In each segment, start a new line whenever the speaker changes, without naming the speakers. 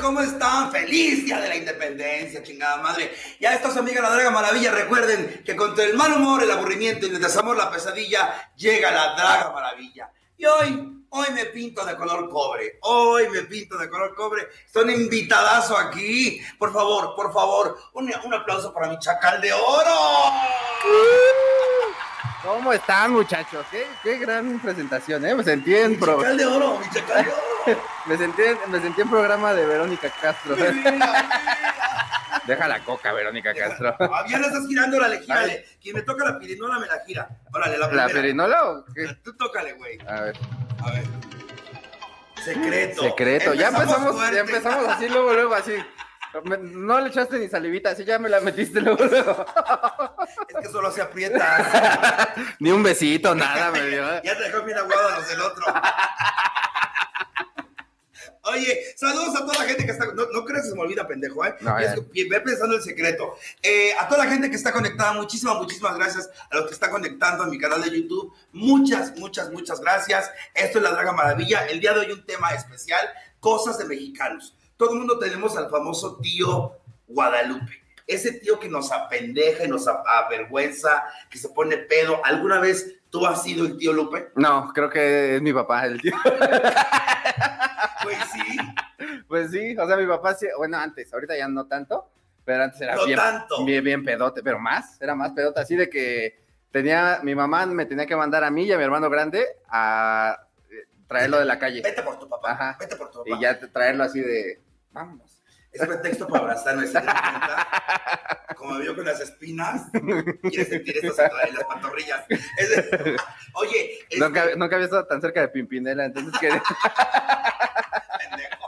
¿cómo están? Feliz Día de la Independencia, chingada madre. Ya está su amiga la Draga Maravilla. Recuerden que contra el mal humor, el aburrimiento y el desamor, la pesadilla, llega la Draga Maravilla. Y hoy, hoy me pinto de color cobre. Hoy me pinto de color cobre. Son invitadazo aquí. Por favor, por favor, un, un aplauso para mi chacal de oro.
¿Cómo están, muchachos? Qué, qué gran presentación, ¿eh? Me sentí en...
Mi
pro-
chacal de oro, mi chacal de oro.
Me sentí, en- me sentí en programa de Verónica Castro. ¿eh?
Mi vida, mi vida.
Deja la coca, Verónica Castro.
Ah, ya la estás girando, la gírale.
Dale.
Quien me toca la pirinola me la gira. Órale, la
¿La
primera.
perinola o qué?
Tú tócale, güey.
A ver,
A ver. Secreto.
secreto. Ya empezamos,
fuerte.
ya empezamos así, luego, luego, así. Me- no le echaste ni salivita, así ya me la metiste luego, luego.
Es que solo se aprieta.
Ni un besito, nada, me dio. ¿eh?
ya te dejó bien aguado los del otro. Oye, saludos a toda la gente que está. No, no crees que se me olvida, pendejo, ¿eh?
No,
Es
ya.
que ve pensando el secreto. Eh, a toda la gente que está conectada, muchísimas, muchísimas gracias. A los que están conectando a mi canal de YouTube, muchas, muchas, muchas gracias. Esto es La Draga Maravilla. El día de hoy, un tema especial: cosas de mexicanos. Todo el mundo tenemos al famoso tío Guadalupe. Ese tío que nos apendeja y nos a- avergüenza, que se pone pedo. ¿Alguna vez tú has sido el tío Lupe?
No, creo que es mi papá el tío.
Pues sí,
Pues sí, o sea, mi papá sí, bueno, antes, ahorita ya no tanto, pero antes era
no
bien,
tanto.
bien, bien pedote, pero más, era más pedote, así de que tenía, mi mamá me tenía que mandar a mí y a mi hermano grande a eh, traerlo de la calle
Vete por tu papá.
Ajá.
Vete por tu papá.
y ya te- traerlo así de, vamos.
Es pretexto para abrazarme. ¿se dieron cuenta? Como me vio con las espinas, quiere sentir estas en las pantorrillas. Es de- Oye, es
Nunca, nunca había estado tan cerca de Pimpinela, entonces que
pendejo.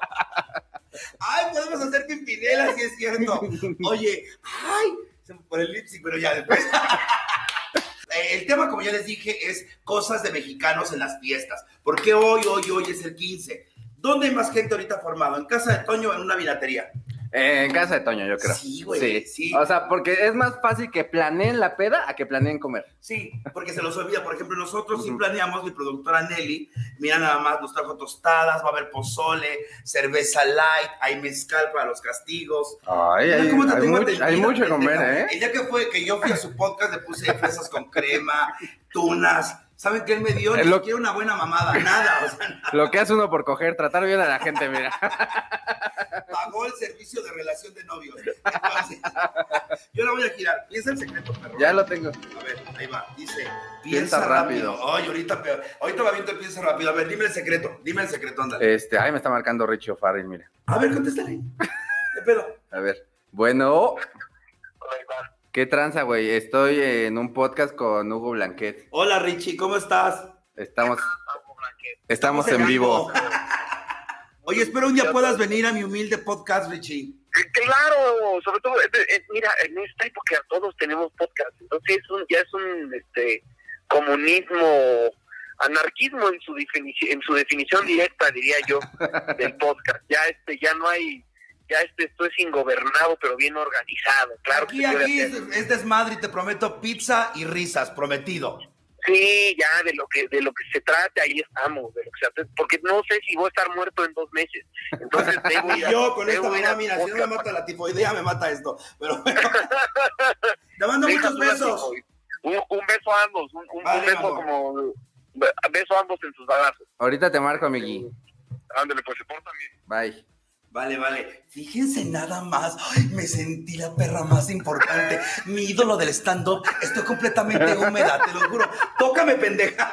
Ay, podemos hacer pimpinelas, si es cierto. Oye, ay, se me pone el lipstick, pero ya después. Eh, El tema, como ya les dije, es cosas de mexicanos en las fiestas. Porque hoy, hoy, hoy es el 15. ¿Dónde hay más gente ahorita formado? ¿En casa de Toño o en una vinatería?
Eh, en casa de Toño, yo creo. Ah,
Sí, güey, sí.
O sea, porque es más fácil que planeen la peda a que planeen comer.
Sí, porque se los olvida. Por ejemplo, nosotros sí
Ujú.
planeamos, mi productora Nelly, mira nada más, nos trajo tostadas, va a haber pozole, cerveza light, hay mezcal para los castigos.
Ay,
Mira
hay,
cómo te
hay
tengo
mucho,
atendida,
hay mucho que
pendeja.
comer, ¿eh?
El día que, fue, que yo fui a su podcast le puse fresas con crema, tunas. ¿Saben qué él me dio? Ni
Es lo-
siquiera una buena mamada, nada. O sea,
Lo que hace uno por coger, tratar bien a la gente, mira.
pagó el servicio de relación de novios. Entonces, yo la voy a girar. Piensa el secreto, perro.
Ya lo tengo.
A ver, ahí va. Dice, piensa,
Piensa
rápido.
rápido.
Ay, ahorita, pe- ahorita me aviento el piensa rápido. A ver, dime el secreto. Dime el secreto, ándale.
Este, ay, me está marcando Richie O'Farrell, mira.
A ver, contéstale. ¿Qué pedo?
A ver. Bueno. oh, ¿Qué tranza, güey? Estoy en un podcast con Hugo Blanquet.
Hola, Richie, ¿cómo estás?
Estamos. Ah, Estamos en vivo.
Oye, espero un día puedas venir a mi humilde podcast, Richie.
Claro, sobre todo, eh, eh, mira, en esta época todos tenemos podcast, entonces es un, ya es un este comunismo, anarquismo en su definición, en su definición directa, diría yo, del podcast. Ya este, ya no hay, ya este, esto es ingobernado, pero bien organizado. Claro que
Aquí,
se puede
aquí es,
hacer.
es desmadre y te prometo pizza y risas, prometido.
Sí, ya de lo que de lo que se trate ahí estamos, de lo que se trate, porque no sé si voy a estar muerto en dos meses, entonces debo
Y
ir a-
yo con esta
debo ir
mamá,
a
mira, si no me
podcast.
mata la tifoidea, me mata esto. Pero bueno. Te mando
Deja
muchos
tu
besos.
látigo, güey. Un, un beso a ambos, un, un-
Vale,
un beso
amor.
como be- beso a ambos en sus balazos.
Ahorita te marco, amigui.
Ándale, pues se porta bien.
Bye.
Vale, vale. Fíjense nada más. Ay, me sentí la perra más importante. Mi ídolo del stand-up. Estoy completamente húmeda, te lo juro. Tócame, pendeja.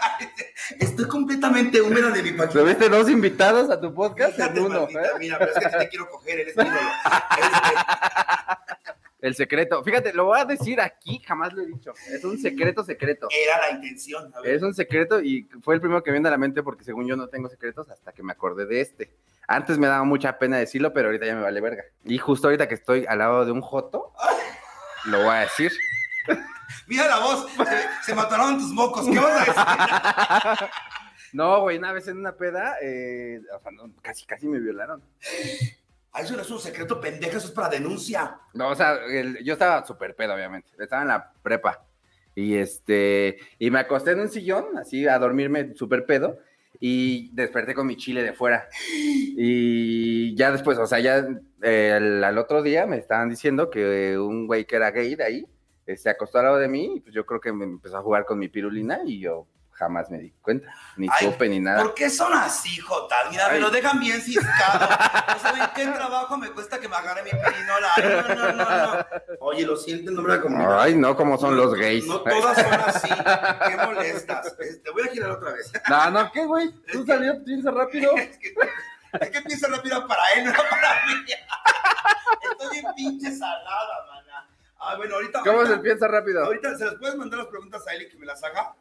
Estoy completamente húmeda de mi página.
¿Tuviste dos invitados a tu podcast?
Fíjate,
En uno,
maldita,
¿eh?
Mira, pero es que a ti te quiero coger, eres mi ídolo. Este,
El secreto. Fíjate, lo voy a decir aquí, jamás lo he dicho. Es un secreto, secreto.
era la intención. a ver.
Es un secreto y fue el primero que me vino a la mente porque según yo no tengo secretos hasta que me acordé de este. Antes me daba mucha pena decirlo, pero ahorita ya me vale verga. Y justo ahorita que estoy al lado de un joto, lo voy a decir.
Mira la voz. Se, se mataron tus mocos. ¿Qué vas a decir?
No, güey, una vez en una peda, eh, o sea, no, casi, casi me violaron.
Ay, Eso no es un secreto, pendeja. Eso es para denuncia.
No, o sea, el- yo estaba súper pedo, obviamente. Estaba en la prepa. Y este, y me acosté en un sillón, así a dormirme súper pedo. y desperté con mi chile de fuera. Y ya después, o sea, ya eh, al, al otro día me estaban diciendo que un güey que era gay de ahí eh, se acostó al lado de mí y pues yo creo que me empezó a jugar con mi pirulina y yo jamás me di cuenta, ni
Ay,
supe ni nada.
¿Por qué son así, Jotas? Mira, me
Ay.
lo dejan bien ciscado. No saben qué trabajo me cuesta que me agarre mi pirinola. Ay, no, no, no, no. Oye, lo siento, nombre de la comunidad.
Ay, no, como son los gays.
No todas son así. Qué molestas. Te voy a girar otra vez.
No, no, ¿qué, güey? Tú salió piensa rápido.
Es que, es que pienso rápido para él, no para mí. Estoy bien pinche salada, mana. Ah, bueno, ahorita.
¿Cómo
ahorita-
se piensa rápido?
Ahorita, ¿se las puedes mandar las preguntas a él y que me las haga?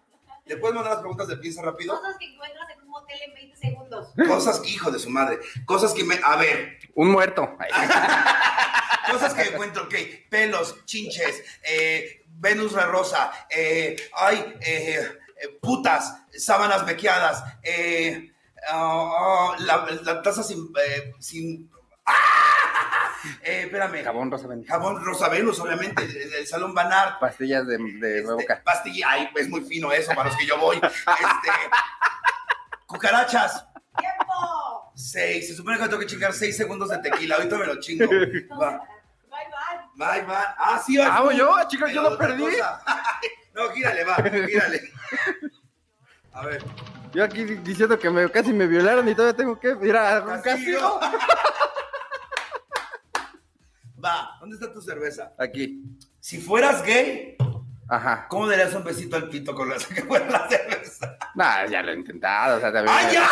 ¿Le puedes mandar las preguntas de piensa rápido?
Cosas que encuentras en un hotel en 20 segundos.
Cosas que, hijo de su madre, cosas que me. A ver,
Un muerto. Ay,
Ah. cosas que encuentro, ok. Pelos, chinches, eh, Venus la rosa, eh, ay, eh, eh, putas, sábanas mequeadas, eh, ah, ah, la, la taza sin. eh, sin ¡Ah! Eh, espérame.
Jabón rosa bendita.
Jabón Rosa Venus, obviamente, el, el Salón Banar.
Pastillas de, de
Este,
nuevo ca-
pastilla, ay, es muy fino eso para los que yo voy. Este, cucarachas,
¡Tiempo!
seis. Se supone que tengo que chingar seis segundos de tequila. Ahorita me lo chingo.
Entonces,
Va,
bye bye.
va, va. Ah, sí, va.
Ah, voy yo, chicos,
Pero
yo lo
otra
perdí.
cosa. No, gírale, va, gírale. A ver.
Yo aquí di- diciendo que me, casi me violaron y todavía tengo que ir a un castigo.
Va, ¿dónde está tu cerveza?
Aquí.
Si fueras gay,
Ajá.
¿cómo darías un besito al pito con la que fuera la cerveza?
Nah, ya lo he intentado. O sea, también.
¡Ay, ya!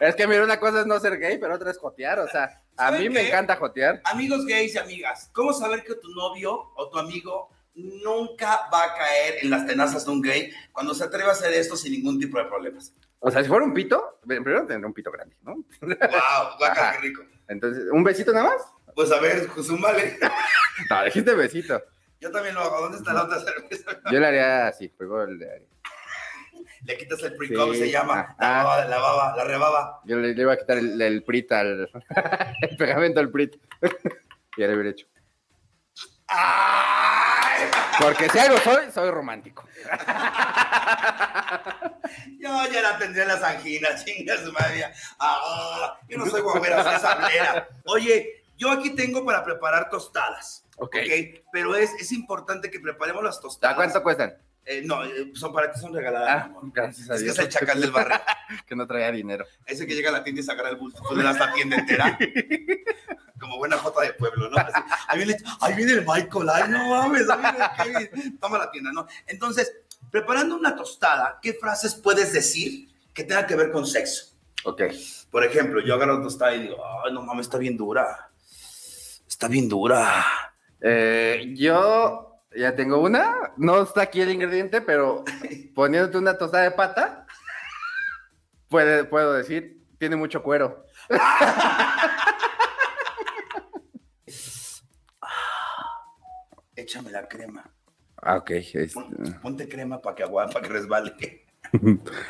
Es que mira, una cosa es no ser gay, pero otra es jotear. O sea, a
¿Saben
mí me
qué?
encanta jotear.
Amigos gays y amigas, ¿cómo saber que tu novio o tu amigo nunca va a caer en las tenazas de un gay cuando se atreve a hacer esto sin ningún tipo de problemas?
O sea, si fuera un pito, primero tendría un pito grande, ¿no?
¡Wow! ¡Guaca,
Ajá.
qué rico!
Entonces, ¿un besito nada más?
Pues a ver, vale.
No, dijiste besito.
Yo también lo hago. ¿Dónde está la otra cerveza?
Yo le haría así, primero le haría.
Le quitas el pre
Sí.
se llama.
Ah.
La baba, la baba, la rebaba.
Yo le, le iba a quitar el, el prit al. el pegamento al prit. y ya le hubiera hecho.
¡Ay!
Porque si algo soy, soy romántico.
Yo ya la tendría en las anginas, chinga su madre. Ah, yo no soy guagüera, soy sablera. Oye, yo aquí tengo para preparar tostadas.
Ok.
ok, Pero es, es importante que preparemos las
¿A
tostadas.
cuánto cuestan?
Eh, no, eh, son para ti, son regaladas.
Ah,
mi amor.
gracias a
es que
Dios.
es el chacal del barrio.
que no traía dinero.
Ese que llega a la tienda y saca el bulto, tú le das la tienda entera. Como buena jota de pueblo, ¿no? Así, ahí, viene, ahí viene el Michael, ay, no mames, ahí viene el Kevin. Toma la tienda, ¿no? Entonces, preparando una tostada, ¿qué frases puedes decir que tenga que ver con sexo?
Ok.
Por ejemplo, yo agarro una tostada y digo, ay, no mames, está bien dura. Está bien dura.
Eh, yo ya tengo una. No está aquí el ingrediente, pero poniéndote una tostada de pata, puede, puedo decir, tiene mucho cuero.
Échame la crema.
Ah, ok.
Pon- Ponte crema para que agua, para que resbale.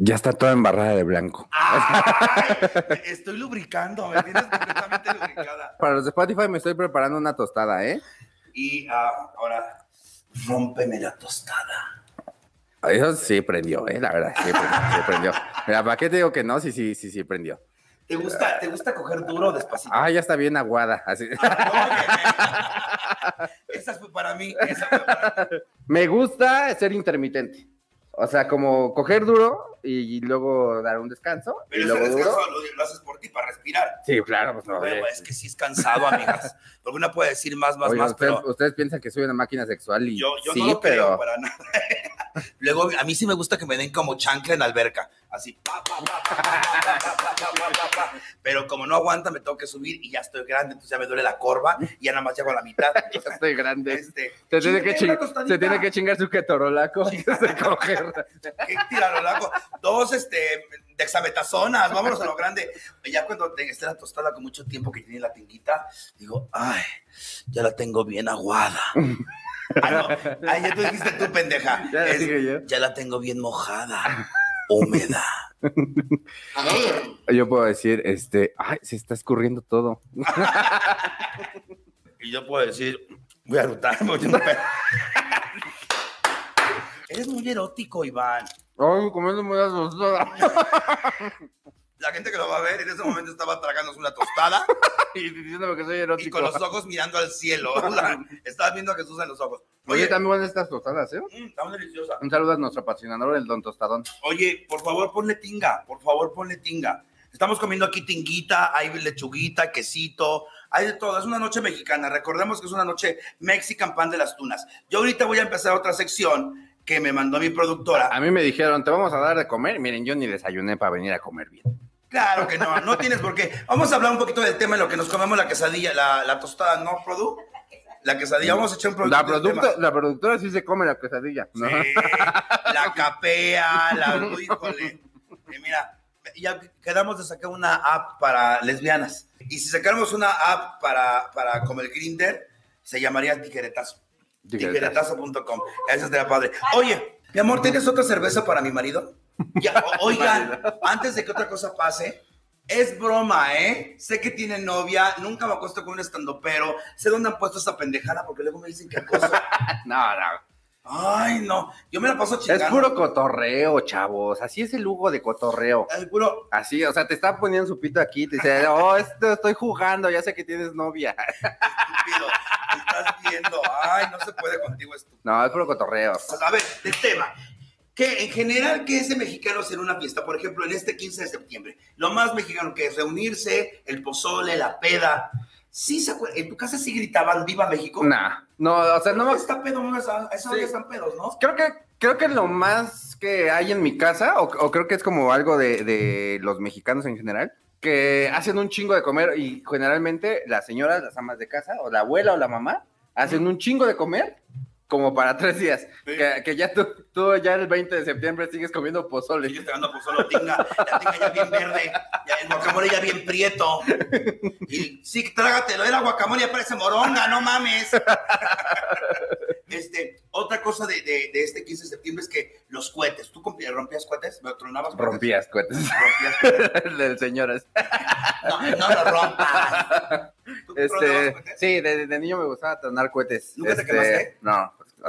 Ya está toda embarrada de blanco.
¡Ay! Estoy lubricando, me tienes completamente lubricada.
Para los de Spotify me estoy preparando una tostada, ¿eh?
Y ah, ahora, rómpeme la tostada.
Ah, Eso sí prendió, ¿eh? La verdad, sí prendió. sí prendió. Mira, ¿para qué te digo que no? Sí, sí, sí, sí prendió.
¿Te gusta, te gusta coger duro o despacito?
Ah, ya está bien aguada. Así.
Ah, no, óyeme. Esa fue para mí. Esa fue para mí.
Me gusta ser intermitente. O sea, como coger duro y luego dar un descanso.
Pero
y
ese
luego duro.
descanso lo, lo haces por ti, para respirar.
Sí, claro, pues no.
Luego,
eh.
es que sí es cansado, amigas. Porque uno puede decir más, más,
Oigan,
más,
ustedes,
pero
ustedes piensan que soy una máquina sexual y
yo, yo
sí,
no lo creo
pero
para nada. Luego, a mí sí me gusta que me den como chancla en alberca. Así, pa, pa, pa, pa, pa, pa, pa, pa, pa, pa, pa, pa. Pero como no aguanta, me tengo que subir y ya estoy grande, entonces ya me duele la corva y ya nada más llego a la mitad.
ya estoy grande.
Este,
Se tiene, que
chingate una
ching-
tostadita.
se tiene que chingar su ketorolaco antes de coger.
¿Qué tiraron, loco? Dos, este, dexametazonas, vámonos a lo grande. Ya cuando te- esté la tostada con mucho tiempo que tiene la tinguita, digo, ay, ya la tengo bien aguada. Ah, no, ay, ya tú dijiste tú, pendeja.
Ya la
Es-
dije yo.
ya la tengo bien mojada, húmeda.
Yo puedo decir, este, ay, se está escurriendo todo.
Y yo puedo decir, voy a rutarme. porque no me- eres muy erótico, Iván.
Ay, comiendo muy asustada.
La gente que lo va a ver en ese momento estaba tragándose una tostada
y diciéndome que soy
y
erótico.
con los ojos mirando al cielo. La- Estaba viendo a Jesús en los ojos.
Oye,
Oye,
también buenas estas tostadas, ¿eh?
mm, está muy deliciosa.
Un saludo a nuestro patrocinador, el Don Tostadón.
Oye, por favor, ponle tinga, por favor, ponle tinga. Estamos comiendo aquí tinguita, hay lechuguita, quesito, hay de todo. Es una noche mexicana. Recordemos que es una noche Mexican Pan de las Tunas. Yo ahorita voy a empezar otra sección que me mandó mi productora.
A mí me dijeron, te vamos a dar de comer. Miren, yo ni desayuné para venir a comer bien.
Claro que no, no tienes por qué. Vamos a hablar un poquito del tema en lo que nos comemos la quesadilla, la, la tostada, ¿no, Produ? La quesadilla, vamos a echar un producto.
La,
del
producta-
tema.
la productora sí se come la quesadilla. ¿no?
Sí, la capea, la... Híjole. Y mira, ya quedamos de sacar una app para lesbianas. Y si sacáramos una app para, para como el Grinder, se llamaría Tijeretazo. Tijeretazo.com. Esa sería padre. Oye, mi amor, ¿tienes otra cerveza para mi marido? Ya, o- oigan, antes de que otra cosa pase... Es broma, ¿eh? Sé que tiene novia, nunca me acuesto con un estandopero, sé dónde han puesto esa pendejada porque luego me dicen que acoso.
No, no.
Ay, no, yo me la paso chingando.
Es puro cotorreo, chavos. Así es el Hugo de cotorreo.
Ay, puro.
Así, o sea, te está poniendo su pito aquí, te dice, oh, esto estoy jugando, ya sé que tienes novia.
estúpido. Te estás viendo. Ay, no se puede contigo, estúpido.
No, es puro cotorreo.
A ver, del tema. ¿Qué, en general, qué es de mexicanos en una fiesta? Por ejemplo, en este 15 de septiembre. Lo más mexicano que es reunirse, el pozole, la peda. ¿Sí se acuer- ¿En tu casa sí gritaban Viva México?
Nah, no, o sea, no me...
Está pedo, no, esa, a esa hora
Sí.
ya están pedos, ¿no?
Creo que, creo que lo más que hay en mi casa, o, o creo que es como algo de, de los mexicanos en general, que hacen un chingo de comer y generalmente las señoras, las amas de casa, o la abuela o la mamá, hacen un chingo de comer como para tres días. Que, que ya tú, tú ya el 20 de septiembre sigues comiendo pozole.
Yo pegando por solo tinga, la tinga ya bien verde, ya el guacamole ya bien prieto. Y sí, trágatelo, era guacamole, ya parece moronga, no mames. Este, otra cosa de, de- de este 15 de septiembre es que los cohetes, ¿tú compi- rompías cohetes? ¿Me tronabas cohetes?
Rompías cohetes
Rompías cohetes.
del Este, señores.
No, no lo rompas. ¿Tú tronabas
Este,
cohetes?
sí, de, de niño me gustaba tronar cohetes.
¿Nunca te
Este,
quemaste?
No, o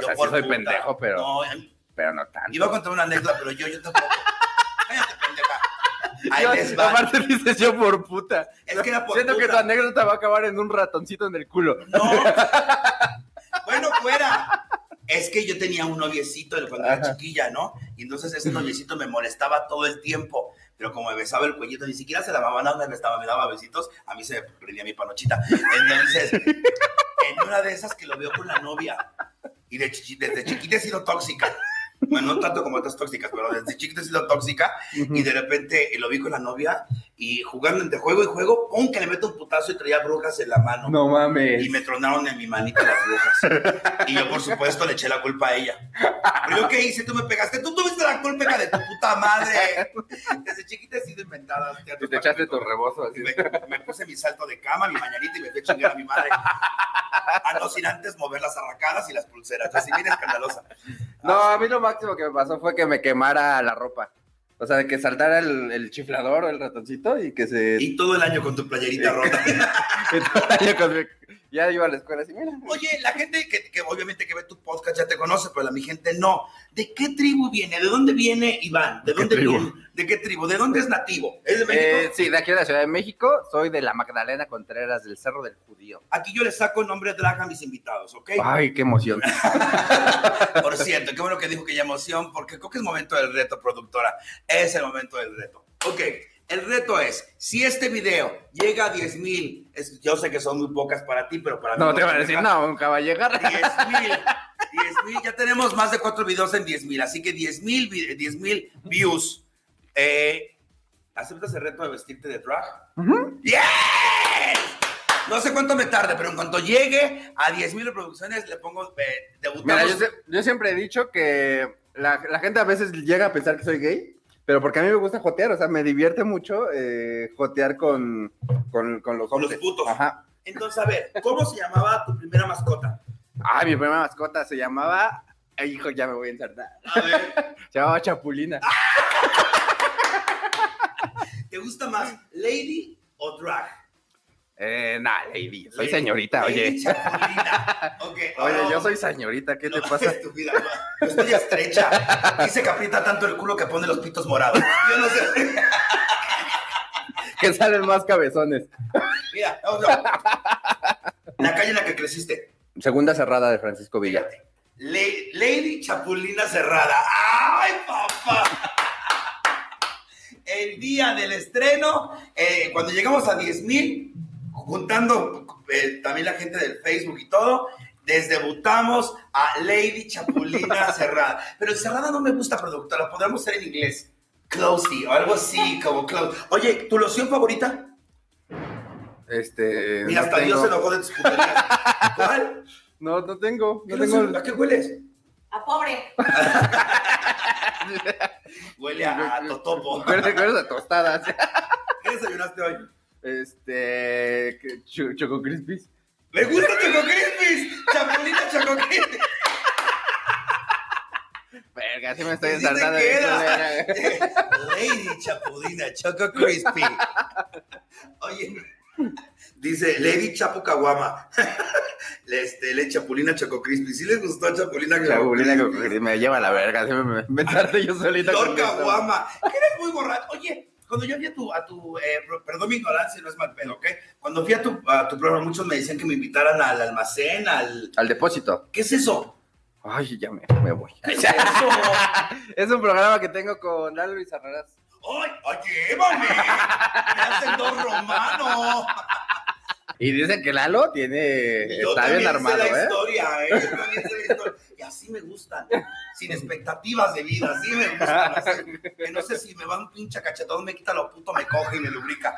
Yo
sea, sí
por
soy
puta.
pendejo, pero no,
No, em,
pero no tanto.
iba a contar una anécdota, pero yo, yo tampoco. Cállate, pendeja. Ahí
Yo-
les va.
Aparte dices yo por puta.
Es que era por
Siento que
puta.
tu anécdota va a acabar en un ratoncito en el culo.
No. bueno, fuera. Es que yo tenía un noviecito cuando era
Ajá.
chiquilla, ¿no? Y entonces ese noviecito me molestaba todo el tiempo. Pero como me besaba el cuellito, ni siquiera se lavaba nada, me besaba, me daba besitos, a mí se me prendía mi panochita. Entonces, en una de esas que lo veo con la novia, y de chiqui- desde chiquita he sido tóxica. Bueno, no tanto como otras tóxicas, pero desde chiquita he sido tóxica, y de repente eh, lo vi con la novia, y jugando entre juego y juego, ¡pum! que le meto un putazo y traía brujas en la mano
No
y
mames.
me tronaron en mi manita las brujas. Y yo, por supuesto, le eché la culpa a ella. Pero yo, ¿qué hice? Tú me pegaste. Tú tuviste la culpa, hija de tu puta madre. Desde chiquita he sido inventada. hostia,
Y Pues te echaste tu rebozo
Y
así.
me, me puse mi salto de cama, mi mañanita y me fui a chingar a mi madre. Ah, no, sin antes mover las arracadas y las pulseras. Así bien escandalosa.
No, a mí lo máximo que me pasó fue que me quemara la ropa. O sea, de que saltara el, el chiflador o el ratoncito y que se...
Y todo el año con tu playerita rota.
Yo con mi- ya iba a la escuela así, mira.
Oye, la gente que, que obviamente que ve tu podcast ya te conoce, pero la mi gente no. ¿De qué tribu viene? ¿De dónde viene Iván? ¿De
qué
dónde
tribu?
viene? ¿De qué tribu? ¿De dónde es nativo? ¿Es de
Eh,
México?
sí, de aquí de la Ciudad de México, soy de la Magdalena Contreras, del Cerro del Judío.
Aquí yo le saco nombre drag a mis invitados, ¿ok?
Ay, qué emoción.
Por cierto, qué bueno que dijo que ya emoción, porque creo que es momento del reto, productora. Es el momento del reto. Ok, el reto es, si este video llega a 10 mil, yo sé que son muy pocas para ti, pero para mí...
No, te van a
son
decir,
pocas.
no, nunca va a llegar.
10 mil. 10 mil. Ya tenemos más de cuatro videos en 10 mil. Así que 10 mil vi- 10 mil views. Eh, ¿Aceptas el reto de vestirte de drag? ¡Yes! No sé cuánto me tarde, pero en cuanto llegue a 10 mil reproducciones, le pongo eh,
Mira,
debutamos.
yo, se- yo siempre he dicho que la, la gente a veces llega a pensar que soy gay, pero porque a mí me gusta jotear, o sea, me divierte mucho eh, jotear con, con, con los
Con los
hombres.
putos.
Ajá.
Entonces, a ver, ¿cómo se llamaba tu primera mascota?
Ah, mi primera mascota se llamaba... Ay, hijo, ya me voy a ensartar.
A ver,
Se llamaba Chapulina.
¿te gusta más Lady o Drag?
Eh, nah, lady. Soy
Lady-
señorita,
Lady
oye.
Chapulina. Ok, ahora
Oye, yo
vamos-
soy señorita, ¿qué te
no,
pasa?
Estúpida, no. Yo estoy estrecha. Dice que aprieta tanto el culo que pone los pitos morados. Yo no sé.
Que salen más cabezones.
Mira, vamos a- La calle en la que creciste.
Segunda cerrada de Francisco Villa.
Fíjate. Le- Lady Chapulina Cerrada. ¡Ay, papá! El día del estreno, eh, cuando llegamos a 10 mil, juntando eh, también la gente del Facebook y todo, desdebutamos a Lady Chapulina Cerrada. Pero Cerrada no me gusta, productora. Lo podríamos hacer en inglés. Closey o algo así, como close. Oye, ¿tu loción favorita?
Este.
Mira,
no
hasta
tengo.
Dios se enojó de tus puterías. ¿Cuál?
No, no tengo.
¿Qué
No
loción?
tengo.
¿A qué hueles?
A pobre.
Huele a totopo.
Recuerda- recuerda tostadas.
¿Qué desayunaste hoy?
Este. que- Cho- Choco Crispis.
¡Me gusta Choco Crispis! ¡Chapulita Choco Crispis!
Verga, sí me estoy
Sí te
ensartando. eh. de
queda.
esto, verga.
Lady Chapulina Choco Crispy. Oye, dice Lady Chapu Caguama. Este, le Chapulina Choco Crispy. ¿Sí les gustó Chapulina Choco
Chapulina
Crispy?
Choco Crispis, me lleva a la verga. sí me- me me ensarté yo solita.
Don
con esto.
Caguama. Que eres muy borracho. Oye, cuando yo fui a tu, a tu eh, perdón mi ignorancia, no es mal pedo, ¿ok? Cuando fui a tu, a tu programa, muchos me decían que me invitaran al almacén, al...
Al depósito.
¿Qué es eso?
Ay, ya me, me voy.
¿Qué es eso?
Es un programa que tengo con Lalo Luis Arraraz.
¡Ay, ay, llévame! ¡Me hacen dos romanos!
Y dicen que Lalo tiene.
Yo
Está
también
bien
sé
armado,
la
¿eh?
historia, ¿eh? Yo también sé la historia. Y así me gustan, sin expectativas de vida, así me gustan. así. Que no sé si me va un pinche cachetón, me quita lo puto, me coge y me lubrica.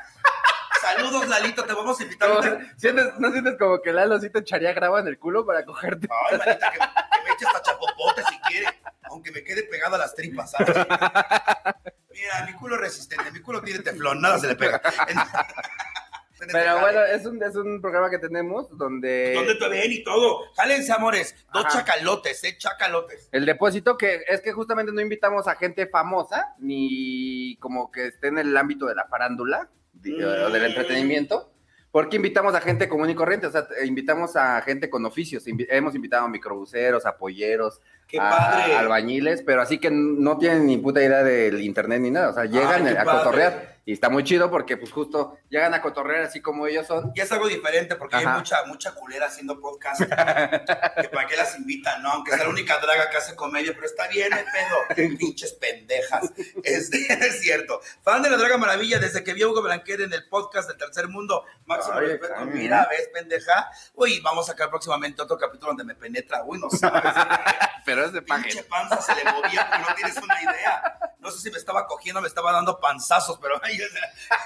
Saludos, Lalito, te vamos a invitar.
Como-
ahorita.
¿sientes- ¿No sientes como que Lalo sí te echaría graba en el culo para cogerte?
Ay, manita, que, que me eche hasta chapopote si quiere, aunque me quede pegada a las tripas, ¿sabes? Mira, mi culo es resistente, mi culo tiene teflón, nada se le pega.
Pero bueno, es un, es un programa que tenemos donde...
¿Dónde te ven y todo? Jálense, amores. Dos
Ajá.
chacalotes, ¿eh? Chacalotes.
El depósito que es que justamente no invitamos a gente famosa ni como que esté en el ámbito de la farándula de- o del
Mm.
entretenimiento, porque invitamos a gente común y corriente, o sea, te- invitamos a gente con oficios, invi- hemos invitado a microbuseros, a polleros,
¡Qué
a
padre!
albañiles, pero así que no tienen ni puta idea del internet ni nada, o sea, llegan
Ay, qué
a
padre.
cotorrear y está muy chido porque pues justo llegan a cotorrear así como ellos son.
Y es algo diferente porque hay
Ajá.
mucha, mucha culera haciendo podcast. que para qué las invitan, ¿no? Aunque sea la única draga que hace comedia, pero está bien el pedo. Pinches pendejas. Este, es cierto. Fan de la Draga Maravilla desde que vio a Hugo Blanquer en el podcast del Tercer Mundo. Máximo
Ay,
respeto.
cabrón.
Mira, ves, pendeja. Uy, vamos a sacar próximamente otro capítulo donde me penetra. Uy, no sabes.
Pero es de paje.
pinche panza se le movía, porque no tienes una idea. No sé si me estaba cogiendo, me estaba dando panzazos, pero ay, o sea,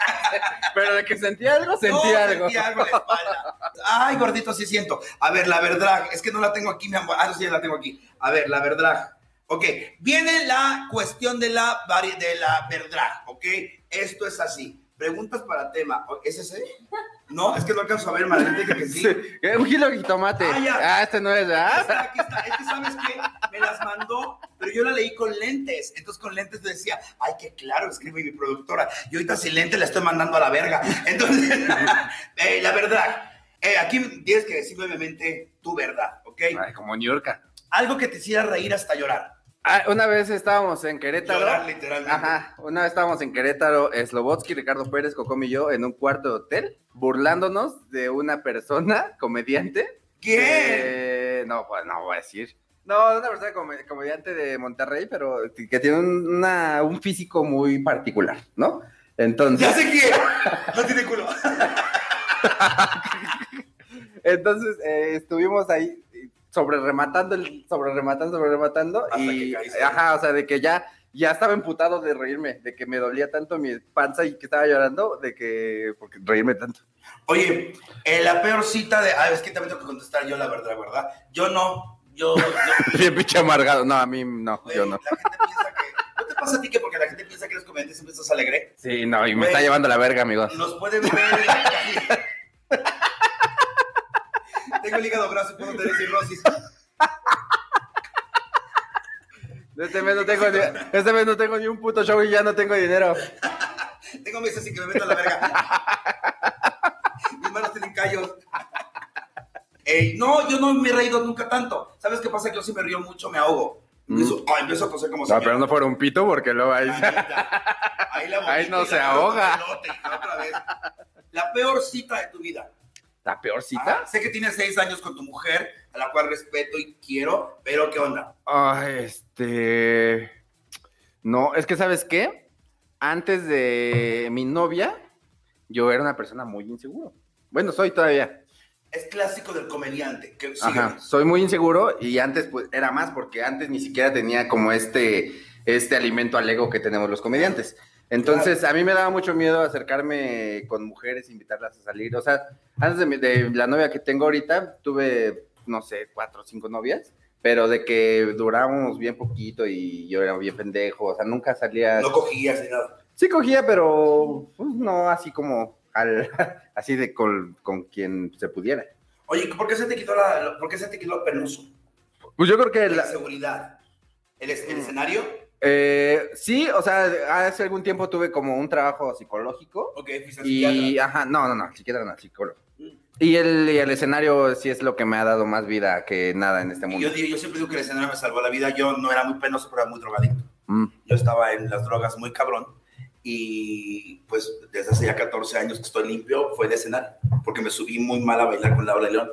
Pero de que sentía algo,
no,
sentía algo.
sentí algo en la espalda. Ay, gordito, sí siento. A ver, la verdad, es que no la tengo aquí, mi amor. Ah, no, sí, la tengo aquí. A ver, la verdad. Ok, viene la cuestión de la, vari- de la verdad, ¿ok? Esto es así. Preguntas para tema. ¿O- ¿Es ese? No, es que no alcanzo a ver, madre. Dije que sí.
Eh, Un kilo de jitomate.
Ah, ya.
Ah, este no es,
Aquí
¿verdad?
está, aquí está. Es que sabes que me las mandó, pero yo la leí con lentes. Entonces con lentes yo decía, ay, qué claro, escribe mi productora. Y ahorita sin lentes la estoy mandando a la verga. Entonces, eh, la verdad, eh, aquí tienes que decirme obviamente tu verdad, ¿ok?
Ay, como New York.
Algo que te hiciera reír hasta llorar.
Ah, una vez estábamos
Llorar
en Querétaro.
literalmente.
Ajá, una vez estábamos en Querétaro, Slobotsky, Ricardo Pérez, Cocom y yo en un cuarto de hotel, burlándonos de una persona, comediante.
¿Quién?
que- no, pues no voy a decir. No, de una persona come- comediante de Monterrey, pero que tiene un- una- un físico muy particular, ¿no? Entonces.
Ya sé quién. No tiene culo.
Entonces eh, estuvimos ahí sobre rematando, sobre rematando, sobre rematando.
Hasta
Y,
que caíste.
ajá, o sea, de que ya, ya estaba emputado de reírme, de que me dolía tanto mi panza y que estaba llorando, de que porque reírme tanto.
Oye, eh, la peor cita de. Ah, es que también tengo que contestar yo la verdad, ¿verdad? Yo no. Yo. yo
Bien pinche amargado. No, a mí no,
Güey,
yo no.
La gente piensa que. ¿No te pasa a ti que porque la gente piensa que los comediantes siempre estás alegre?
Sí, no, y me
Güey.
está llevando la verga, amigos.
Nos pueden ver en la calle. Tengo el hígado graso y puedo tener cirrosis.
Este mes, no tengo ni, este mes no tengo ni un puto show y ya no tengo dinero.
Tengo meses sin que me metan la verga. Mis manos trincayos. Ey, no, yo no me he reído nunca tanto. ¿Sabes qué pasa? Que yo si me río mucho me ahogo.
Mm.
Empiezo, ah, empiezo a toser como
No,
señora.
pero no por un pito, porque luego ahí.
Ahí está. Ahí la
Ahí no
vomito y
se
la agarro
ahoga.
con el elote y la otra vez. La peor cita de tu vida.
¿La peor cita?
Ah, sé que tienes seis años con tu mujer, a la cual respeto y quiero, pero ¿qué onda?
Ah, este. No, es que, ¿sabes qué? Antes de mi novia, yo era una persona muy inseguro. Bueno, soy todavía.
Es clásico del comediante. Que,
Ajá,
sígueme.
soy muy inseguro y antes pues era más porque antes ni siquiera tenía como este, este alimento al ego que tenemos los comediantes. Entonces, a mí me daba mucho miedo acercarme con mujeres, invitarlas a salir. O sea, antes de, mi- de la novia que tengo ahorita, tuve, no sé, cuatro o cinco novias, pero de que durábamos bien poquito y yo era bien pendejo. O sea, nunca salía.
No cogías ni nada.
Sí cogía, pero pues, no así como al, así de con, con quien se pudiera.
Oye, ¿por qué se te quitó la, lo- por qué se te quitó el peluso?
Pues yo creo que
La
la, Mm.
seguridad. El, es- el escenario.
Eh, sí, o sea, hace algún tiempo tuve como un trabajo psicológico
Ok, fuiste al
y, este
psiquiatra.
ajá, no, no, no, psiquiatra no, psicólogo.
Mm.
Y el, y el escenario sí es lo que me ha dado más vida que nada en este
Y
mundo.
Yo, digo- yo siempre digo que el escenario me salvó la vida. Yo no era muy penoso, pero era muy drogadicto.
Mm.
Yo estaba en las drogas muy cabrón. Y pues desde hace ya 14 años que estoy limpio, fue de escenario. Porque me subí muy mal a bailar con Laura León.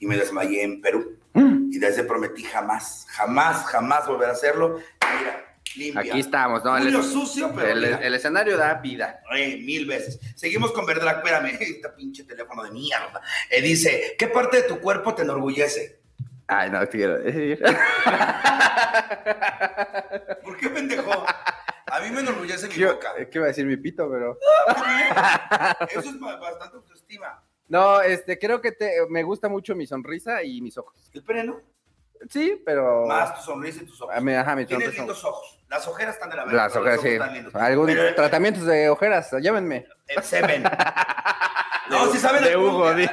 Y me desmayé en Perú.
Mm.
Y desde prometí jamás, jamás, jamás volver a hacerlo. Mira, limpia.
Aquí estamos, ¿no? El,
Julio sucio, pero
el-
mira.
el escenario da vida.
Eh, mil veces. Seguimos con Verdrag, espérame, este pinche teléfono de mierda. Eh, dice, ¿qué parte de tu cuerpo te enorgullece?
Ay, no, quiero decir.
¿Por qué pendejo? A mí me enorgullece mi
Yo-
boca.
¿Qué iba a decir mi pito, pero?
Eso es ba- bastante autoestima.
No, este, creo que te, me gusta mucho mi sonrisa y mis ojos.
El pene, ¿no?
Sí, pero...
Más tu sonrisa y tus ojos.
Oh. A mí, ajá, mi
Tienes
sonrisa.
lindos ojos. Las ojeras están de la verga.
Las
pero
ojeras,
los ojos
sí.
están lindos.
Algún
Pero eh, el-
tratamientos de ojeras, llámenme.
El semen. No, si saben
de
algún-
Hugo, di.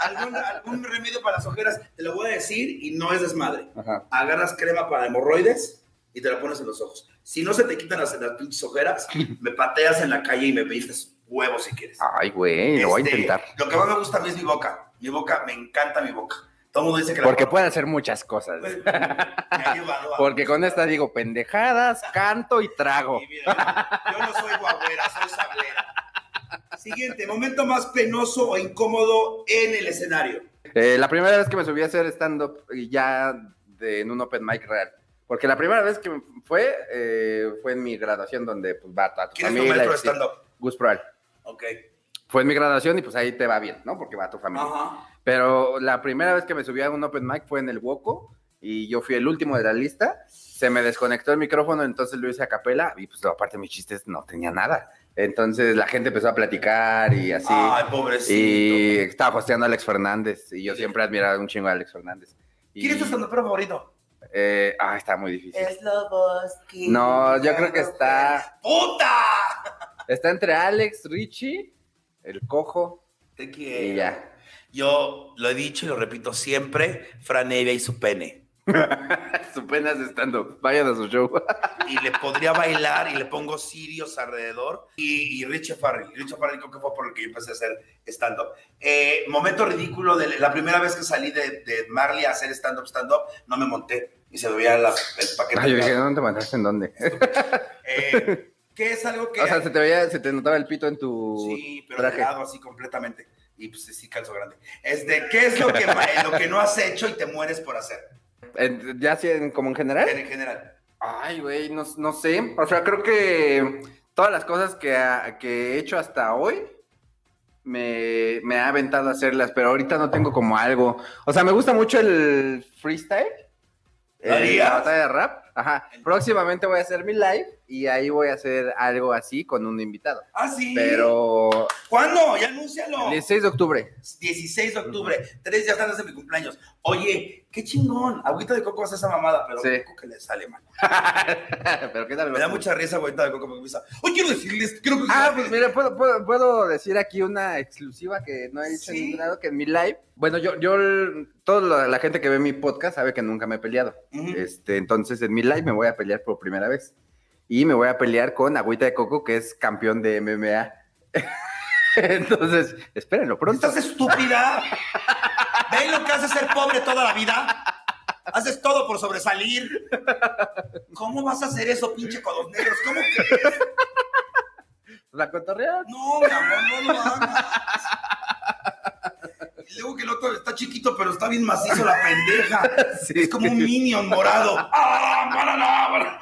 algún, algún remedio para las ojeras, te lo voy a decir y no es desmadre.
Ajá.
agarras crema para hemorroides y te la pones en los ojos. Si no se te quitan las, las pinches ojeras, me pateas en la calle y me pistas huevos si quieres.
Ay, güey, Ah, lo voy a
Este,
intentar.
Lo que más me gusta a mí es mi boca. Mi boca, me encanta mi boca. Todo el mundo dice que la
Porque
boca-
puede hacer muchas cosas.
Pues, me ha llevado a-
Porque con esta digo pendejadas, canto y trago.
Y mira, yo no soy guagüera, soy sablera. Siguiente, momento más penoso o incómodo en el escenario.
Eh, la primera vez que me subí a hacer stand-up y ya de- en un open mic real. Porque la primera vez que me fue, eh, fue en mi graduación donde pues va toda tu
¿Quién es tu
familia.
maestro
y
de
sí,
stand-up?
Gus Proal.
Ok.
Fue en mi graduación y pues ahí te va bien, ¿no? Porque va tu familia.
Ajá.
Pero la primera vez que me subí a un open mic fue en el Woco y yo fui el último de la lista. Se me desconectó el micrófono, entonces lo hice a capela y pues aparte mis chistes no tenía nada. Entonces la gente empezó a platicar y así.
Ay, pobrecito.
y estaba hosteando a Alex Fernández y yo siempre admiraba un chingo a Alex Fernández. Y,
¿Quién es tu stand-up favorito?
eh, ah, está muy difícil.
Sloboski.
No, yo creo que está,
¡Puta!
está entre Alex, Richie, el cojo
Te
y
quiero.
ya.
Yo lo he dicho y lo repito siempre, Fran Evia y su pene.
Su pena es estando. Vayan a su show.
Y le podría bailar y le pongo sirios alrededor. Y, y Richie Farrell. Richie Farrell creo que fue por el que yo empecé a hacer stand-up. Eh, momento ridículo, de la primera vez que salí de, de Marley a hacer stand-up, stand-up, no me monté y se me veía la- el paquete.
Ay, yo dije, ¿dónde te mandaste? ¿En dónde?
Eh, ¿Qué es algo que...
O sea, se te veía, se te notaba el pito en tu.
Sí, pero
traje.
de lado así completamente. Y pues sí, calzo grande. Este, ¿Qué es lo que, lo que no has hecho y te mueres por hacer?
En- ya así en- como en general.
En general.
Ay, güey, no, no sé. O sea, creo que todas las cosas que, ha- que he hecho hasta hoy me, me ha aventado a hacerlas, pero ahorita no tengo como algo. O sea, me gusta mucho el freestyle.
¿Lo
eh,
harías?
la batalla de rap. Ajá. Próximamente voy a hacer mi live y ahí voy a hacer algo así con un invitado.
Ah, sí. Oh.
Pero
¿Cuándo? Ya anúncialo.
el 6 de octubre.
16 de octubre, tres días antes de mi cumpleaños. Oye, qué chingón. Agüita de coco hace esa mamada, pero
Sí.
coco que le sale, man.
pero qué tal.
Me da mucha risa agüita de coco porque me dice, hoy quiero decirles, creo que...
Ah, pues mira, puedo, puedo- puedo decir aquí una exclusiva que no he dicho
Sí.
en ningún lado, que en mi live. Bueno, yo, yo, el- toda la, la gente que ve mi podcast sabe que nunca me he peleado.
Ujú.
Este, entonces en mi live me voy a pelear por primera vez. Y me voy a pelear con Agüita de Coco, que es campeón de MMA. Entonces, espérenlo pronto.
¿Estás estúpida? ¿Ven lo que hace ser pobre toda la vida? Haces todo por sobresalir. ¿Cómo vas a hacer eso, pinche codos negros? ¿Cómo que?
La cotorrea.
No, mi amor, no lo hagas. Y luego que el otro está chiquito, pero está bien macizo la pendeja.
Sí.
Es como un minion morado. ¡Ah, banana, banana!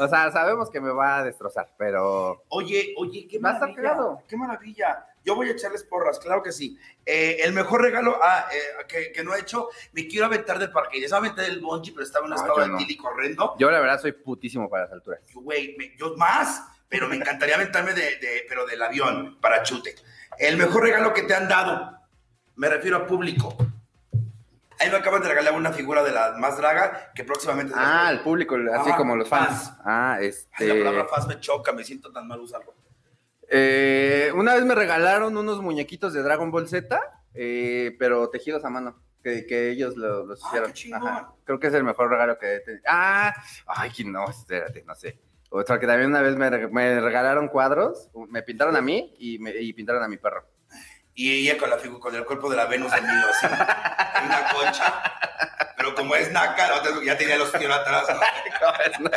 O sea, sabemos que me va a destrozar, pero
Oye, oye, qué
Va a estar
maravilla.
pegado.
Qué maravilla. Yo voy a echarles porras, claro que sí. Eh, el mejor regalo ah, eh, que, que no he hecho, me quiero aventar del paracaídas. Me aventé del bungee, pero estaba en un
No,
estado
Ah, yo no.
etílico horrendo.
yo la verdad soy putísimo para las alturas.
Y, Güey, me- yo más, pero me encantaría aventarme de, de- pero del avión, para chute. El mejor regalo que te han dado, me refiero a público. Ahí me acaban de regalar una figura de la más draga que próximamente.
Ah, el público, así
Ah,
como los fans.
fans.
Ah,
Ay, la palabra
este.
faz me choca, me siento tan mal usarlo.
eh, una vez me regalaron unos muñequitos de Dragon Ball Z, eh, pero tejidos a mano, que, que ellos lo- los
Ah,
hicieron.
qué chingón.
Creo que es el mejor regalo que he tenido. Ah, ay, que no, espérate, no sé. O sea, que también una vez me, reg- me regalaron cuadros, me pintaron a mí y, me, y pintaron a mi perro.
Y ella con, la figu- con el cuerpo de la Venus de Milo, así, en una concha. Pero como es naca, la otra ya tenía los tíos atrás. ¿no?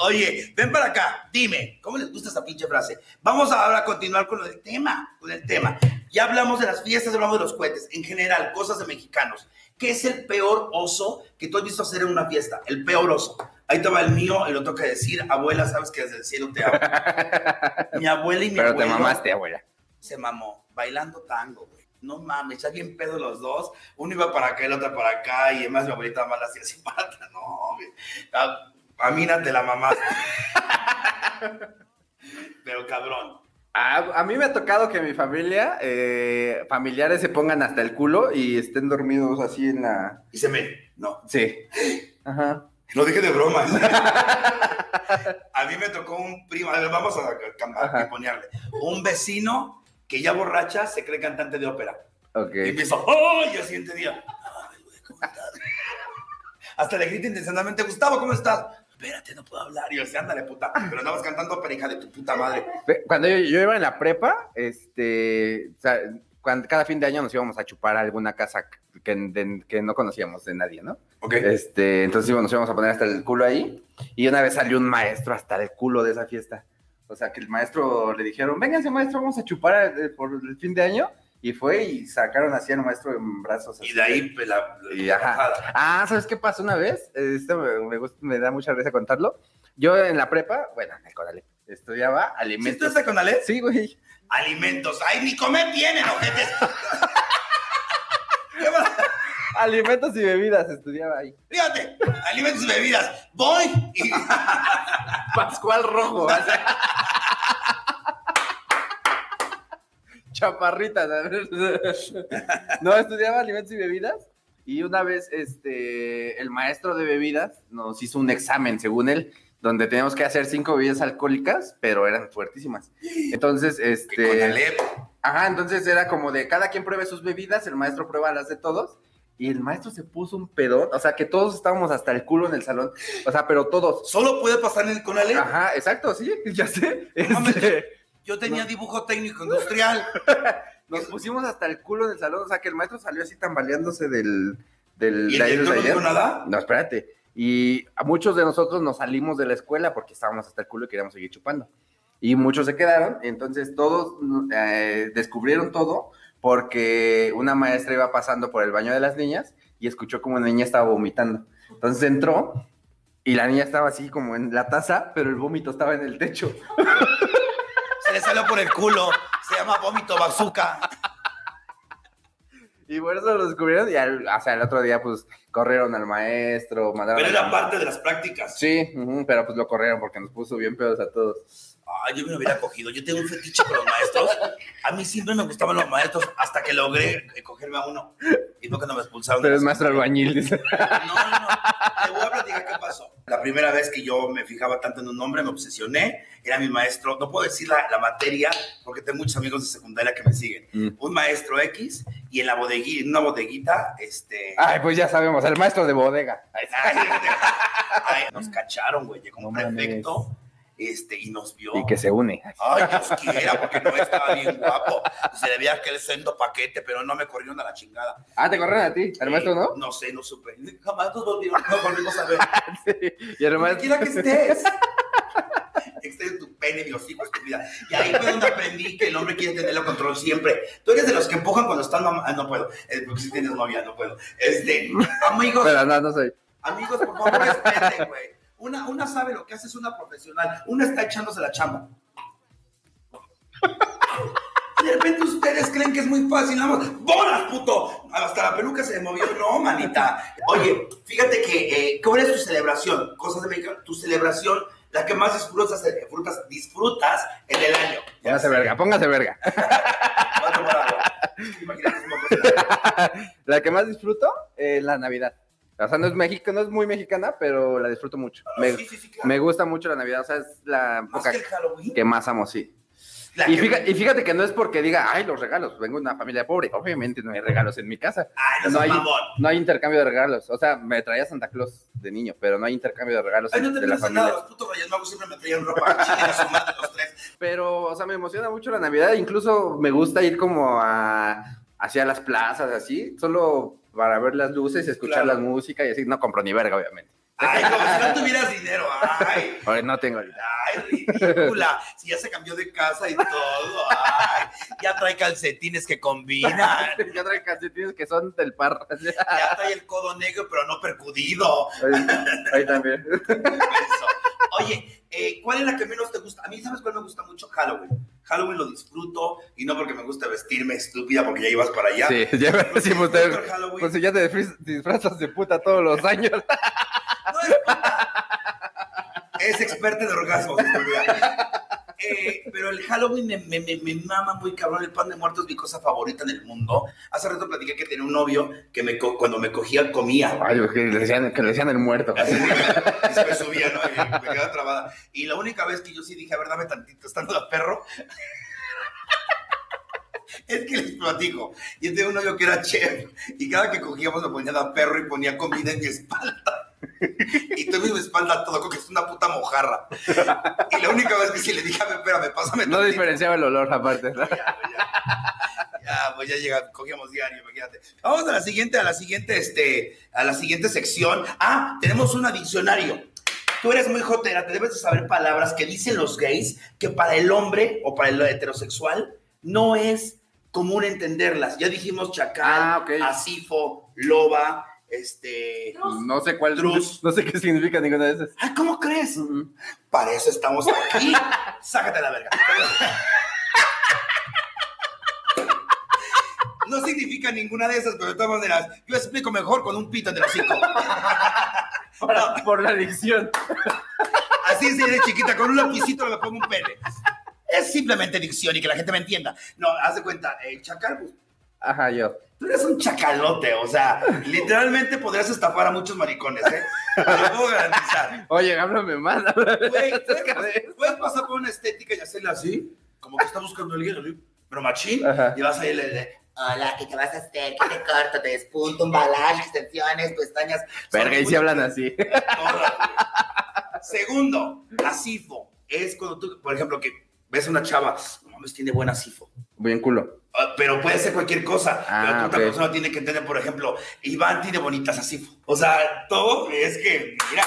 Oye, ven para acá, dime, ¿cómo les gusta esa pinche frase? Vamos ahora a continuar con el tema, con el tema. Ya hablamos de las fiestas, hablamos de los cohetes, en general, cosas de mexicanos. ¿Qué es el peor oso que tú has visto hacer en una fiesta? El peor oso. Ahí te va el mío, el otro que decir, abuela, sabes que desde el cielo te amo. mi abuela y mi
Pero te
abuelo-
mamaste, abuela.
se mamó bailando tango, güey. No mames, ya bien pedo los dos. Uno iba para acá, el otro para acá, y además mi abuelita más la hacía sin pata. No, güey. A, a mí na te la mamaste. Pero cabrón.
A, a mí me ha tocado que mi familia, eh, familiares se pongan hasta el culo y estén dormidos así en la...
Y se me. No,
Sí. Ajá.
lo dije de broma. a mí me tocó un primo, a ver, vamos a
Ajá.
camponearle. Un vecino que ya borracha se cree cantante de ópera.
Ok.
Y empiezo, ¡oh! Y al siguiente día, ¡ay, güey, ¿cómo estás? Hasta le grito intencionalmente, Gustavo, ¿cómo estás? Espérate, no puedo hablar. Y yo, sí, ándale, puta. Pero andabas cantando, pero hija de tu puta madre.
Fe- Cuando yo, yo iba en la prepa, este, o sea, cuan- cada fin de año nos íbamos a chupar a alguna casa que, de- que no conocíamos de nadie, ¿no?
Ok.
Este, entonces íbamos- nos íbamos a poner hasta el culo ahí. Y una vez salió un maestro hasta el culo de esa fiesta. O sea, que el maestro le dijeron, vénganse maestro, vamos a chupar eh, por el fin de año. Y fue y sacaron así al maestro en brazos.
Y
así.
de ahí, pues, la.
Y
la
ajá.
bajada.
Ah, ¿sabes qué pasó una vez? Eh, Esto me, me gusta- me da mucha risa contarlo. Yo en la prepa, bueno, en el Conalep, estudiaba
¿Sí
alimentos.
estás con Alex?
Sí, güey.
Alimentos. ¡Ay, ni comer tienen, ojetes! ¿Qué más?
Alimentos y bebidas estudiaba ahí.
Fíjate, alimentos y bebidas. Voy. Y...
Pascual Rojo. Chaparrita. No, estudiaba alimentos y bebidas. Y una vez, este, el maestro de bebidas nos hizo un examen, según él, donde teníamos que hacer cinco bebidas alcohólicas, pero eran fuertísimas. Entonces,
Que Con
este,
Alep.
ajá, entonces era como de cada quien pruebe sus bebidas, el maestro prueba las de todos. Y el maestro se puso un pedón, o sea que todos estábamos hasta el culo en el salón, o sea, pero todos.
Solo puede pasar en el con Alep.
Ajá, exacto, sí, ya sé.
mames.
Este,
Yo tenía dibujo técnico industrial.
nos pusimos hasta el culo en el salón, o sea que el maestro salió así tambaleándose del... del
¿Y
de
el
ahí, del
director no
taller.
dijo nada?
No, espérate. Y a muchos de nosotros nos salimos de la escuela porque estábamos hasta el culo y queríamos seguir chupando. Y muchos se quedaron, entonces todos eh, descubrieron todo porque una maestra iba pasando por el baño de las niñas y escuchó como una niña estaba vomitando. Entonces entró y la niña estaba así como en la taza, pero el vómito estaba en el techo.
Se le salió por el culo. Se llama vómito bazooka.
Y por eso lo descubrieron y al, o sea, el otro día pues corrieron al maestro, mandaron...
Pero
a-
era parte de las prácticas.
Sí, ujú, pero pues lo corrieron porque nos puso bien pedos a todos.
Ay, yo me lo hubiera cogido. Yo tengo un fetiche con los maestros. A mí siempre me gustaban los maestros hasta que logré eh, cogerme a uno. Y no que no me expulsaron. de
Pero es
la
maestro albañil, dice.
escuela. No, no, no. Te voy a platicar qué pasó. La primera vez que yo me fijaba tanto en un nombre, me obsesioné. Era mi maestro. No puedo decir la, la materia porque tengo muchos amigos de secundaria que me siguen.
Mm.
Un maestro X y en la bodeguita, en una bodeguita, este.
Ay, pues ya sabemos, el maestro de bodega.
Ay, nos cacharon, güey. Llegó un
No mames.
prefecto este, y nos vio.
Y que se une.
Ay, Dios quiera, porque no estaba bien guapo. Se le veía aquel sendo paquete, pero no me corrieron a la chingada. Eh,
Ah, te corrieron a ti, al maestro, ¿no?
No sé, no supe. Jamás nos volvieron, nos volvimos a ver.
Sí. Y al
Donde
maestro.
quiera que estés. Extiende tu pene, mi hocico, estúpida. Y ahí fue donde aprendí que el hombre quiere tener el control siempre. Tú eres de los que empujan cuando están mamá. Ah, no puedo. Eh, porque si tienes novia, no puedo. Este, amigos,
Pero no, no soy.
amigos, por favor, respeten, güey. Una, una sabe lo que hace, es una profesional. Una está echándose la chamba. Y De repente ustedes creen que es muy fácil, nada más. ¡Bolas, puto! Hasta la peluca se movió. No, manita. Oye, fíjate que, eh, ¿cuál es tu celebración? Cosas de México, tu celebración, la que más disfrutas, eh, frutas- disfrutas en el año.
Póngase verga, póngase verga.
Va a tomar agua. Imagínate cómo funciona.
La que más disfruto es la Navidad. O sea, no es, México, no es muy mexicana, pero la disfruto mucho. Me,
Sí, sí, sí, claro.
me gusta mucho la Navidad, o sea, es la
Más
época
que el Halloween.
que más amo, sí.
la
Y
que-
fíjate, y fíjate que no es porque diga, ay, los regalos, vengo de una familia pobre. Obviamente no hay regalos en mi casa.
Ay, no,
no
seas
hay-
mamón.
No hay intercambio de regalos. O sea, me traía Santa Claus de niño, pero no hay intercambio de regalos
Ay, no
en-
te
Pues, de la
pierdes
familia.
nada. Los putos rayos magos siempre me traían ropa. Chinguen a su madre los tres.
Pero, o sea, me emociona mucho la Navidad. Incluso me gusta ir como a, hacia las plazas, así, solo para ver las luces, escuchar
Claro.
la música y así. No compro ni verga, obviamente.
Ay, como si no tuvieras dinero. Ay.
Ahora no tengo ahorita.
Ay, ridícula. Si ya se cambió de casa y todo. Ay, ya trae calcetines que combinan.
Ya trae calcetines que son del par.
Ya trae el codo negro, pero no percudido.
Ahí- Ahí también.
Eso. Oye, eh, ¿cuál es la que menos te gusta? A mí, ¿sabes cuál me gusta mucho? Halloween. Halloween lo disfruto y no porque me gusta vestirme estúpida porque ya ibas para allá.
Sí, ya me sí, pues, te-
Disfruto el Halloween.
pues, si ya te disfraz- disfrazas de puta todos los años.
No es puta. Es experta en orgasmos. estúpida. Eh, pero el Halloween me, me- me- me mama muy cabrón. El pan de muerto es mi cosa favorita en el mundo. Hace rato platiqué que tenía un novio que me co- cuando me cogía comía.
Ay, que le decían, que le decían el muerto.
Así que se me subía, ¿no? Y me quedaba trabada. Y la única vez que yo sí dije, a ver, dame tantito, estando a perro. Es que les platico. Yo tenía un novio que era chef y cada que cogíamos me ponía a perro y ponía comida en mi espalda. Y tuve en mi espalda todo, creo que es una puta mojarra. Y la única vez que sí le dije, a ver, espérame, pásame
No
tantito".
diferenciaba el olor aparte.
Ya,
¿no?
pues, ya. Ya, pues ya llega, cogíamos diario, imagínate. Vamos a la siguiente, a la siguiente, este, a la siguiente sección. Ah, tenemos una diccionario. Tú eres muy jotera, te debes de saber palabras que dicen los gays que para el hombre o para el heterosexual no es común entenderlas. Ya dijimos chacal,
Ah, ok.
acifo, loba, este...
Trus.
No sé cuál.
Trus.
No sé qué significa ninguna de esas.
Ah, ¿cómo crees?
Mm,
Para eso estamos aquí. Sácate la verga. No significa ninguna de esas, pero de todas maneras, yo explico mejor con un pito en el hocico.
Por, por la adicción.
Así se de chiquita, con un lapicito le pongo un pene. Es simplemente dicción y que la gente me entienda. No, haz de cuenta, el chacal, pues,
Ajá, yo.
tú eres un chacalote, o sea, literalmente podrías estafar a muchos maricones, ¿eh? Te lo puedo garantizar.
Oye, háblame más. háblame
Güey,
de estas cabezas.
puedes pasar por una estética y hacerla así, como que está buscando a alguien, así, pero machín,
Ajá.
y vas a irle de,
Hola, ¿qué te vas a hacer? ¿Qué te corto? ¿Te despunto? ¿Un balance? ¿Extensiones? ¿Pestañas?
Verga, y si hablan así.
Todas, güey. Segundo, acifo. Es cuando tú, por ejemplo, que ves a una chava, no mames, tiene buen acifo.
Bien culo.
Ah, Pero puede ser cualquier cosa.
Ah,
pero tú, otra
ok.
persona tiene que entender, por ejemplo, Iván tiene bonitas acifo. O sea, todo es que, mira.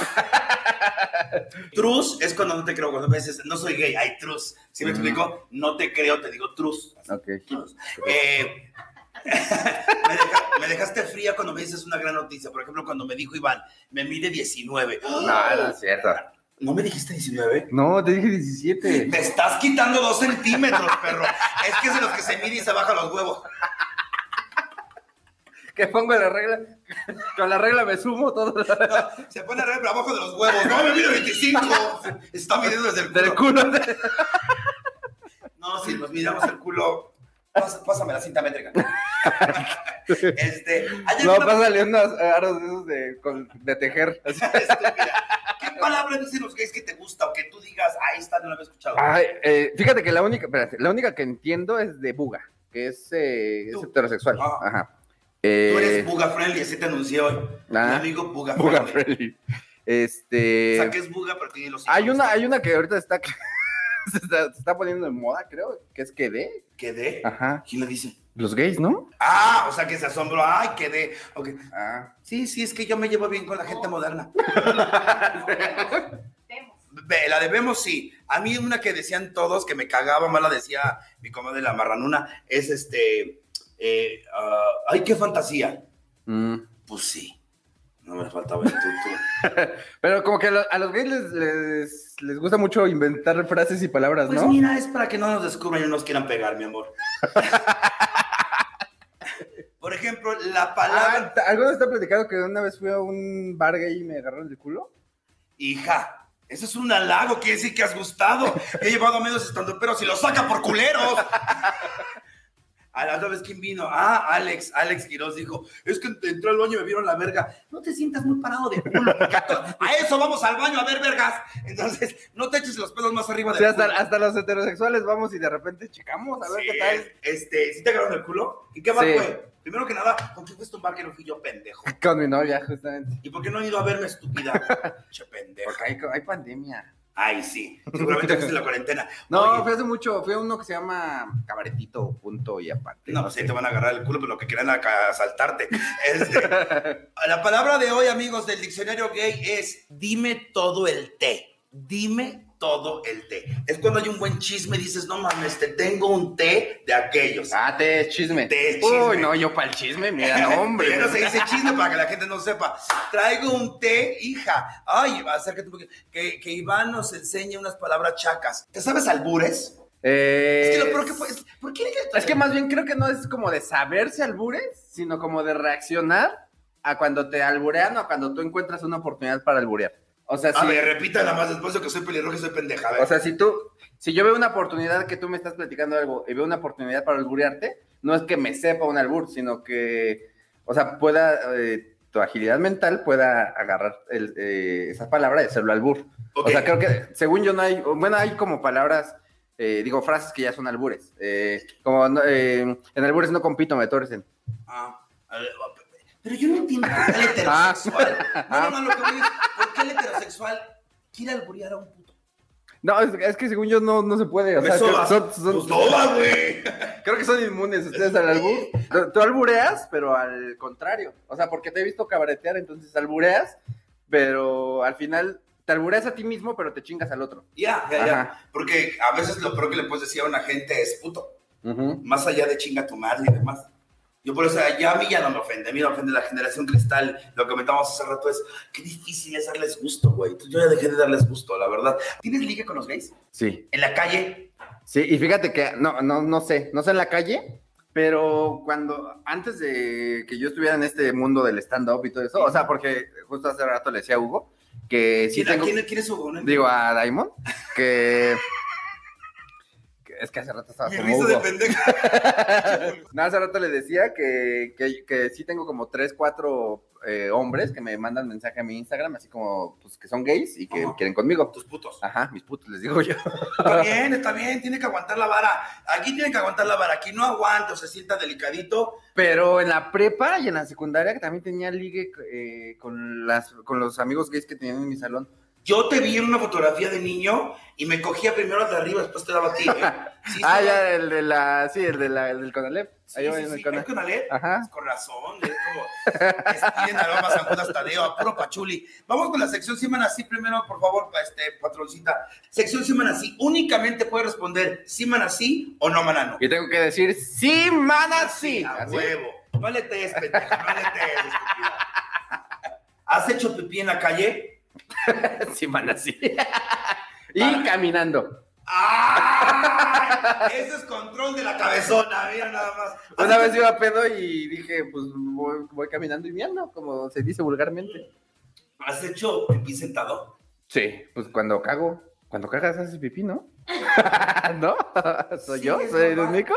trus es cuando no te creo, cuando me dices, no soy gay, hay trus. ¿Sí me
Mm.
explico? No te creo, te digo trus.
Ok.
Eh, me, deja- me dejaste fría cuando me dices una gran noticia. Por ejemplo, cuando me dijo Iván, me mide 19.
No, no es cierto.
¿No me dijiste 19?
No, te dije 17.
Me estás quitando dos centímetros, perro. Es que es de los que se mide y se baja los huevos.
Que pongo la regla. Con la regla me sumo todo.
Se pone a para abajo de los huevos. No, me mide 25. Se está midiendo desde el
Del
culo.
culo.
No, si nos miramos el culo. Pas- Pásame la cinta métrica. Este, ¿hay
No,
alguna-
pásale unos aros de esos de, con- de tejer. Así.
Estúpida. ¿Qué palabra dicen los gays que te gusta o que tú digas, ahí está, no la había escuchado?
Ay, eh, fíjate que la única, espérate, la única que entiendo es de buga, que es, eh, es
Tú.
heterosexual.
Ah.
Ajá.
Tú
Eh,
eres Buga Friendly, así te anuncié hoy.
Ah.
Mi amigo Buga,
Buga
Friendly.
friendly. Este.
o sea, que es buga, pero tiene los
Hay
hijos.
una, hay una que ahorita está, se está, se está poniendo de moda, creo, que es que de.
¿Quedé?
Ajá.
¿Quién le dice?
Los gays, ¿no?
Ah, o sea, que se asombró. Ay, quedé. Ok.
Ah.
Sí, sí, es que yo me llevo bien con la gente moderna.
Vemos.
Ve- La debemos, sí. A mí una que decían todos, que me cagaba, más la decía mi comadre la marranuna, es este... eh, ah, ay, qué fantasía.
Mm.
Pues sí. No me faltaba el tuntún.
Pero como que a lo- a los gays les, les, les gusta mucho inventar frases y palabras,
Pues
¿no?
mira, es para que no nos descubran y no nos quieran pegar, mi amor. Por ejemplo, la palabra
Ah, ¿Alguno está platicando que una vez fui a un bar gay y me agarraron el culo?
hija. Eso es un halago, quiere decir que has gustado. He llevado a medios estandoperos y los saca por culeros. A la otra vez, ¿quién vino? Ah, Alex. Alex Quiroz dijo, es que entré al baño y me vieron la verga. No te sientas muy parado de culo. porque a to- A eso vamos al baño a ver vergas. Entonces, no te eches los pelos más arriba
O
del
sea, hasta,
culo.
hasta los heterosexuales vamos y de repente checamos a ver
Sí,
qué tal.
Este, ¿sí te agarraron el culo? ¿Y qué bar
Sí.
fue? Primero que nada, ¿con quién fuiste a un bar que no fui yo, pendejo?
Con mi novia, justamente.
¿Y por qué no han ido a verme, estúpida? che, pendejo.
Porque hay, hay pandemia.
Ay, sí. Seguramente fuiste en la cuarentena.
No,
Oye,
fue hace mucho, fue uno que se llama Cabaretito, punto y aparte.
No, pues ahí te van a agarrar el culo, pero lo que quieran acá, asaltarte. Este, la palabra de hoy, amigos del diccionario gay, es dime todo el té. Dime todo el té. Es cuando hay un buen chisme, dices, no mames, te tengo un té de aquellos.
Ah, te es chisme.
Te es
Uy,
chisme.
no, yo para el chisme, mira, no, hombre.
Ya no se dice chisme para que la gente no sepa. Traigo un té, hija. Ay, acércate un poquito. Que, que Iván nos enseñe unas palabras chacas. ¿Te sabes albures?
Eh,
es que lo peor que fue. es- ¿Por qué le-
Es que más bien creo que no es como de saberse albures, sino como de reaccionar a cuando te alburean o a cuando tú encuentras una oportunidad para alburear. O sea,
A
si,
ver, repítala más después de que soy pelirroja y soy pendeja. A ver.
o sea, si tú, si yo veo una oportunidad que tú me estás platicando algo y veo una oportunidad para alburearte, no es que me sepa un albur, sino que, o sea, pueda, eh, tu agilidad mental pueda agarrar el, eh, esa palabra y hacerlo albur.
Ok.
O sea, creo que, según yo, no hay. Bueno, hay como palabras, eh, digo, frases que ya son albures. Eh, como no, eh, en albures no compito, me torcen.
Ah, a ver, pero yo no entiendo por qué el heterosexual. No,
Ah,
no, no, lo que voy es, ¿por qué el heterosexual quiere alburear a un puto?
No, es, es que según yo no, no se puede. O
Me
sea, creo,
sobas.
son- son-
Pues toma, güey.
creo que son inmunes ustedes al albur. Tú- Tú albureas, pero al contrario. O sea, porque te he visto cabaretear, entonces albureas, pero al final te albureas a ti mismo, pero te chingas al otro.
Ya, ya, ya.
Ajá.
Porque a veces lo peor que le puedes decir a una gente es puto.
Ujú.
más allá de chinga tu madre y demás. Yo por eso, ya a mí ya no me ofende, a mí me ofende la generación cristal. Lo que comentamos hace rato es, qué difícil es darles gusto, güey. Entonces, Yo ya dejé de darles gusto, la verdad. ¿Tienes liga con los gays?
Sí.
¿En la calle?
Sí, y fíjate que no, no, no sé, no sé en la calle, pero cuando, antes de que yo estuviera en este mundo del stand-up y todo eso, o sea, porque justo hace rato le decía a Hugo que sí
¿Quién,
tengo,
¿quién, quién es Hugo? No
digo a Daimon, que, que es que hace rato estaba
Mi
como
risa de
Hugo.
pendeja.
No, hace rato le decía que, que, que sí tengo como tres, cuatro eh, hombres que me mandan mensaje a mi Instagram, así como, pues, que son gays y que
Ajá.
quieren conmigo.
Tus putos.
Ajá, mis putos, les digo yo.
Está bien, está bien, tiene que aguantar la vara. Aquí tiene que aguantar la vara. Aquí no aguanta o se sienta delicadito.
Pero en la prepa y en la secundaria que también tenía ligue eh, con, las, con los amigos gays que tenían en mi salón.
Yo te vi en una fotografía de niño y me cogía primero de arriba, después te daba a ti. ¿eh? Sí,
ah,
sí,
ya, el de la, sí, el, de la, el del Conalep.
Sí,
Ahí
sí,
va
sí,
en el
¿hay
Conalep.
Conalep?
Ajá.
Con razón, es como es tienen aroma San Judas Tadeo, a puro pachuli. Vamos con la sección Siman así primero, por favor, pa- este patroncita. Sección Siman así, únicamente puede responder Siman así o no manano.
Y tengo que decir, sí, mana, sí.
A Ah,
Así.
huevo. No le tees, pendeja, no le tees, estúpida. ¿Has hecho pipí en la calle?
Sí, mana, sí. y
Ah.
caminando.
¡Ah! Eso es control de la cabezona, mira nada más. ¿Has
Una
hecho
vez iba a pedo y dije, pues voy, voy caminando y miando, como se dice vulgarmente.
¿Has hecho pipí sentado?
Sí, pues cuando cago, cuando cagas haces pipí, ¿no? ¿No? ¿Soy
Sí,
yo?
es
¿Soy el
normal.
único?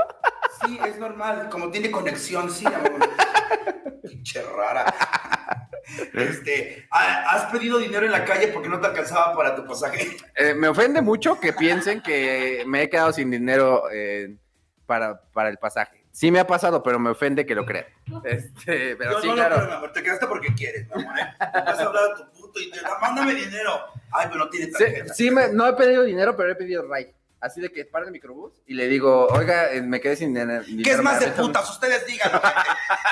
Sí, es normal, como tiene conexión, sí, amor. Pinche rara. Este, ¿ha- ¿has pedido dinero en la calle porque no te alcanzaba para tu pasaje?
Eh, me ofende mucho que piensen que me he quedado sin dinero eh, para, para el pasaje. Sí me ha pasado, pero me ofende que lo crean. Este, pero
Yo
sí,
no lo creo,
claro.
mi amor, te quedaste porque quieres, mi amor. ¿eh? Te Vas a hablar a tu puto y te ah, mándame dinero. Ay, pero no tiene
Sí,
tarjeta.
sí me- no he pedido dinero, pero he pedido Ray. Así de que para el microbús y le digo, oiga, eh, me quedé sin dinero.
¿Qué es
dinero
más de
para Betamax".
putas? Ustedes digan. gente.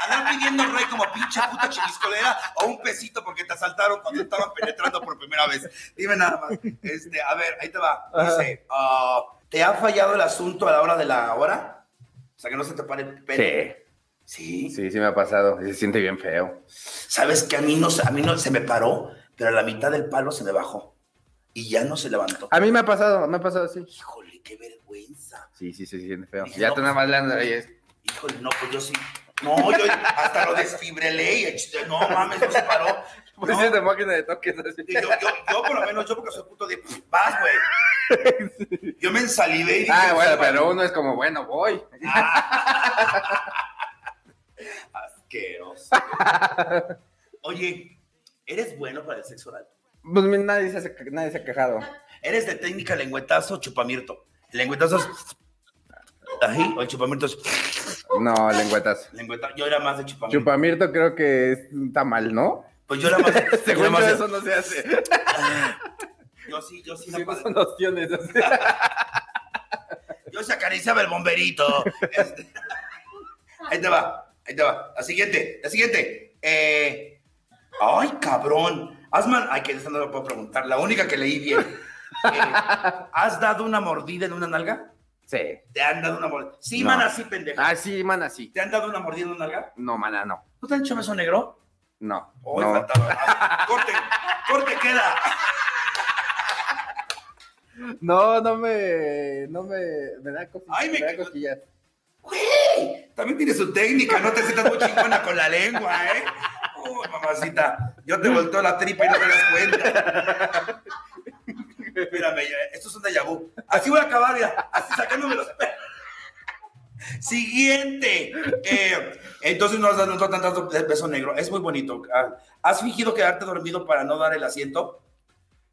Andar pidiendo rey como pinche puta chimiscolera o un pesito porque te asaltaron cuando estaban penetrando por primera vez. Dime nada más. Este, a ver, ahí te va. Dice, ah, ¿te ha fallado el asunto a la hora de la hora? O sea, que no se te pare el pene. Sí.
Sí, sí, sí me ha pasado. y Se siente bien feo.
¿Sabes que a mí no, a mí no se me paró, pero a la mitad del palo se me bajó y ya no se levantó?
A mí me ha pasado, me ha pasado así.
Híjole, qué vergüenza.
Sí, sí, sí, se siente feo.
Dije,
Ya
no,
tú nada más le andas ahí, es-
Híjole, no, pues yo sí. No, yo hasta lo desfibrelé y ech- no mames, no se paró.
Pues
No.
es de máquina de toques. así.
Y Yo, yo, yo, por lo menos, yo porque soy puto de vas, güey. Yo me ensalivé y dije,
Ah, bueno,
"Sí,
pero
vale".
uno es como, bueno, voy.
Asqueroso. Oye, ¿eres bueno para el sexo oral?
Pues mi- nadie se, hace- nadie se ha quejado.
¿Eres de técnica lengüetazo o chupamirto? El lengüetazo es... Ají, o el chupamirto es...
No, lengüetazo.
lengüeta- Yo era más de chupamirto.
Chupamirto creo que es un tamal, ¿no?
Pues yo era más de... yo era
Según yo,
más de-
eso no se hace.
Yo sí, yo sí.
Sí,
la
no
padre-
son opciones. así.
Yo se acariciaba el bomberito. Este, Ahí te va, ahí te va. La siguiente, la siguiente. Eh, Ay, cabrón. Has man- Ay, que esa no la puedo preguntar. La única que leí bien. Eh, ¿Has dado una mordida en una nalga?
Sí.
¿Te han dado una mordida? Sí,
No.
man, así, pendejo.
Ah, sí, mana, sí.
¿Te han dado una mordida en una nalga?
No, mana, no.
¿No te han hecho beso negro?
No.
Ay,
no.
fantasma. Ah, Corte, corte, queda.
No, no me. No me. Me da cosquillas.
Ay, me
da
quedó-
cosquillas.
¡Güey! También tiene su técnica, no te sientas muy chingona con la lengua, ¿eh? Uy, mamacita, yo te volteo la tripa y no te das cuenta. Espérame, ya, esto es un déjà vu. Así voy a acabar, mira, así sacándome los pelos. Siguiente. Eh, entonces no has dado no te han dado beso negro. Es muy bonito. Ah, ¿Has fingido quedarte dormido para no dar el asiento?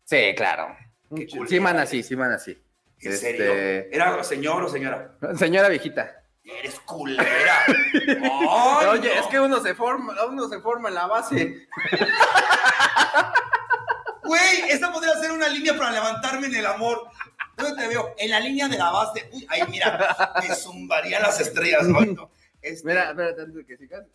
Sí, claro.
Qué cool.
Sí, mana, sí, sí, mana, sí.
¿En
Este-
serio? ¿Era señor o señora?
Señora viejita.
Eres culera. Ay,
Oye,
no.
es que uno se forma, uno se forma en la base.
Güey, esa podría ser una línea para levantarme en el amor. ¿Dónde te veo? En la línea de la base. Uy, ahí mira, me zumbarían las estrellas. ¿no? No, este,
Mira, espérate, antes de que sigas.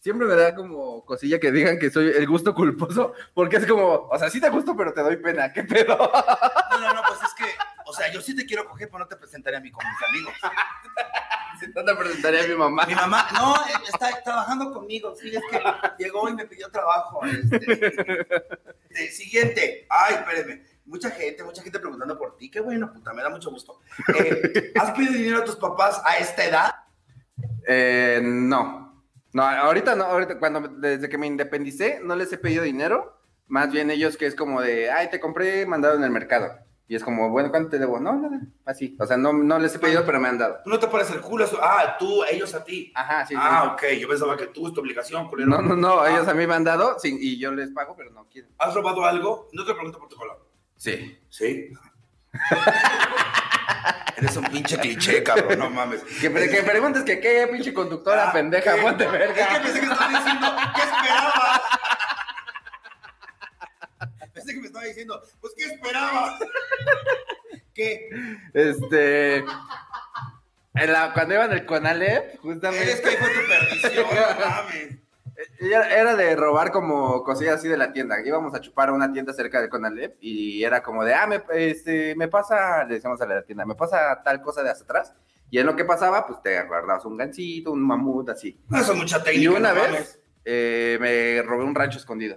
Siempre me da como cosilla que digan que soy el gusto culposo, porque es como, o sea, sí te gusto, pero te doy pena, qué pedo.
No, no, no, pues es que, o sea, yo sí te quiero coger, pero no te presentaré a mí con mis amigos.
No te presentaría a mi mamá.
Mi mamá, no, eh, está trabajando conmigo. Sí, es que llegó y me pidió trabajo. este. Eh, siguiente. Ay, espérenme. Mucha gente, mucha gente preguntando por ti. Qué bueno, puta, me da mucho gusto. Eh, ¿Has pedido dinero a tus papás a esta edad?
Eh, no. No, ahorita no, ahorita cuando desde que me independicé no les he pedido dinero, más bien ellos que es como de, ay, te compré mandado en el mercado. Y es como, bueno, ¿cuánto te debo? No, nada, así. O sea, no, no les he pedido, pero me han dado.
Tú no te pares el culo. eso- Ah, tú, ellos a ti.
Ajá, sí. sí.
Ah, ok, yo pensaba que tú es tu obligación, culero.
No, no, no,
Ah,
ellos a mí me han dado sin- y yo les pago, pero no quieren.
¿Has robado algo? No te pregunto por tu color.
Sí.
¿Sí? Eres un pinche cliché, cabrón, no mames.
Que, pre- que preguntes que qué pinche conductora
Ah,
pendeja,
¿qué?
ponte verga.
Es que pensé que me estabas diciendo, ¿qué esperabas? Pensé que me estaba diciendo, pues, ¿qué esperabas? ¿Qué?
Este. en la- cuando iba en el Conalep, justamente.
Es que ahí fue tu perdición, no mames.
Era, era de robar como cosillas así de la tienda. Íbamos a chupar a una tienda cerca del Conalep y era como de, ah, me, este, me pasa, le decíamos a la tienda, me pasa tal cosa de hacia atrás. Y en lo que pasaba, pues te guardabas un gancito, un mamut, así.
No, eso es mucha técnica.
Y una
no
vez
mames.
eh, me robé un rancho escondido.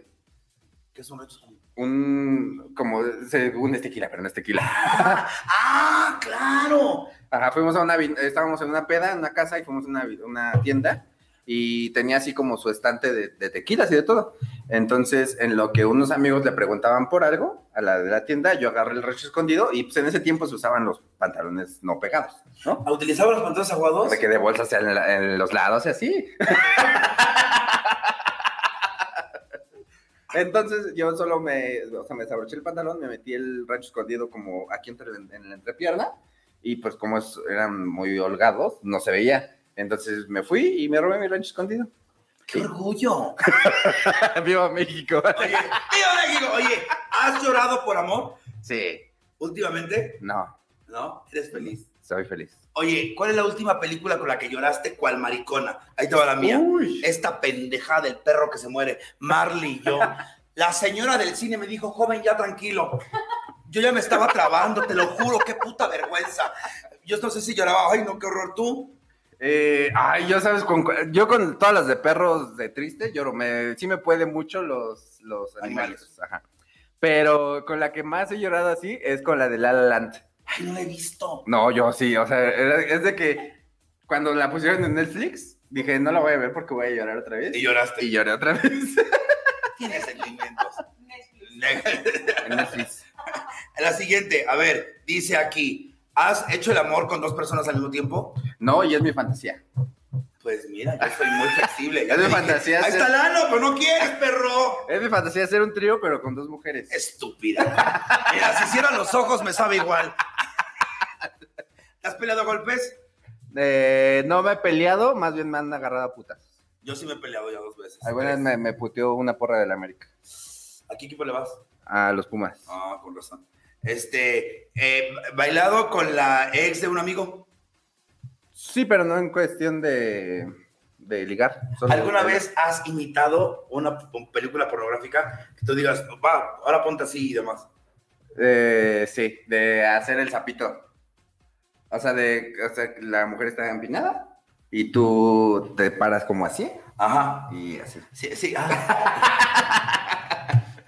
¿Qué es un reto?
Un, como, se- un es tequila, pero no es tequila.
¡Ah, claro!
Ajá, fuimos a una, vin- estábamos en una peda, en una casa y fuimos a una, vi- una tienda y tenía así como su estante de, de tequilas y de todo. Entonces, en lo que unos amigos le preguntaban por algo a la de la tienda, yo agarré el rancho escondido y pues en ese tiempo se usaban los pantalones no pegados, ¿no?
¿Utilizaba los pantalones aguados?
De que de bolsas en, la- en los lados y así. Entonces yo solo me, o sea, me desabroché el pantalón, me metí el rancho escondido como aquí entre, en la entrepierna y pues como es- eran muy holgados, no se veía. Entonces me fui y me robé mi lunch escondido.
¡Qué orgullo!
¡Viva México!
Oye, tío México, oye, ¿has llorado por amor
Sí.
últimamente?
No,
¿No? ¿Eres feliz?
soy feliz.
Oye, ¿cuál es la última película con la que lloraste cual maricona? Ahí te va la mía.
Uy.
Esta pendejada del perro que se muere, Marley y yo. La señora del cine me dijo, joven, ya tranquilo. Yo ya me estaba trabando, te lo juro, qué puta vergüenza. Yo no sé si lloraba, ay, no, qué horror tú.
Eh, ay, yo sabes, con, cu- yo con todas las de perros de triste lloro. Me, sí me puede mucho los, los
Animales.
animales. Ajá. Pero con la que más he llorado así es con la de La La Land.
Ay, no la he visto.
No, yo sí, o sea, era- es de que cuando la pusieron en Netflix, dije, no la voy a ver porque voy a llorar otra vez.
Y lloraste.
Y lloré otra vez.
Tiene sentimientos.
Netflix.
en Netflix.
La siguiente, a ver, dice aquí, ¿has hecho el amor con dos personas al mismo tiempo?
No, y es mi fantasía.
Pues mira, yo soy muy flexible. Ya
Es de
te dije,
fantasía
Ahí
ser-
está Lalo, pero no quieres, perro.
Es mi fantasía hacer un trío, pero con dos mujeres.
Estúpida. Mira, si cierran los ojos me sabe igual. ¿Te has peleado a golpes?
Eh, no me he peleado, más bien me han agarrado a putas.
Yo sí me he peleado ya dos veces.
Alguna vez
tres.
me, me puteó una porra del América.
¿A qué equipo le vas?
A los Pumas.
Ah, con razón. Este, eh, bailado con la ex de un amigo.
Sí, pero no en cuestión de, de ligar. Solo-
¿Alguna vez has imitado una p- película pornográfica que tú digas, va, ahora ponte así y demás?
Eh, sí, de hacer el sapito. O sea, de, o sea, la mujer está empinada y tú te paras como así
Ajá.
y así.
Sí, sí. ah.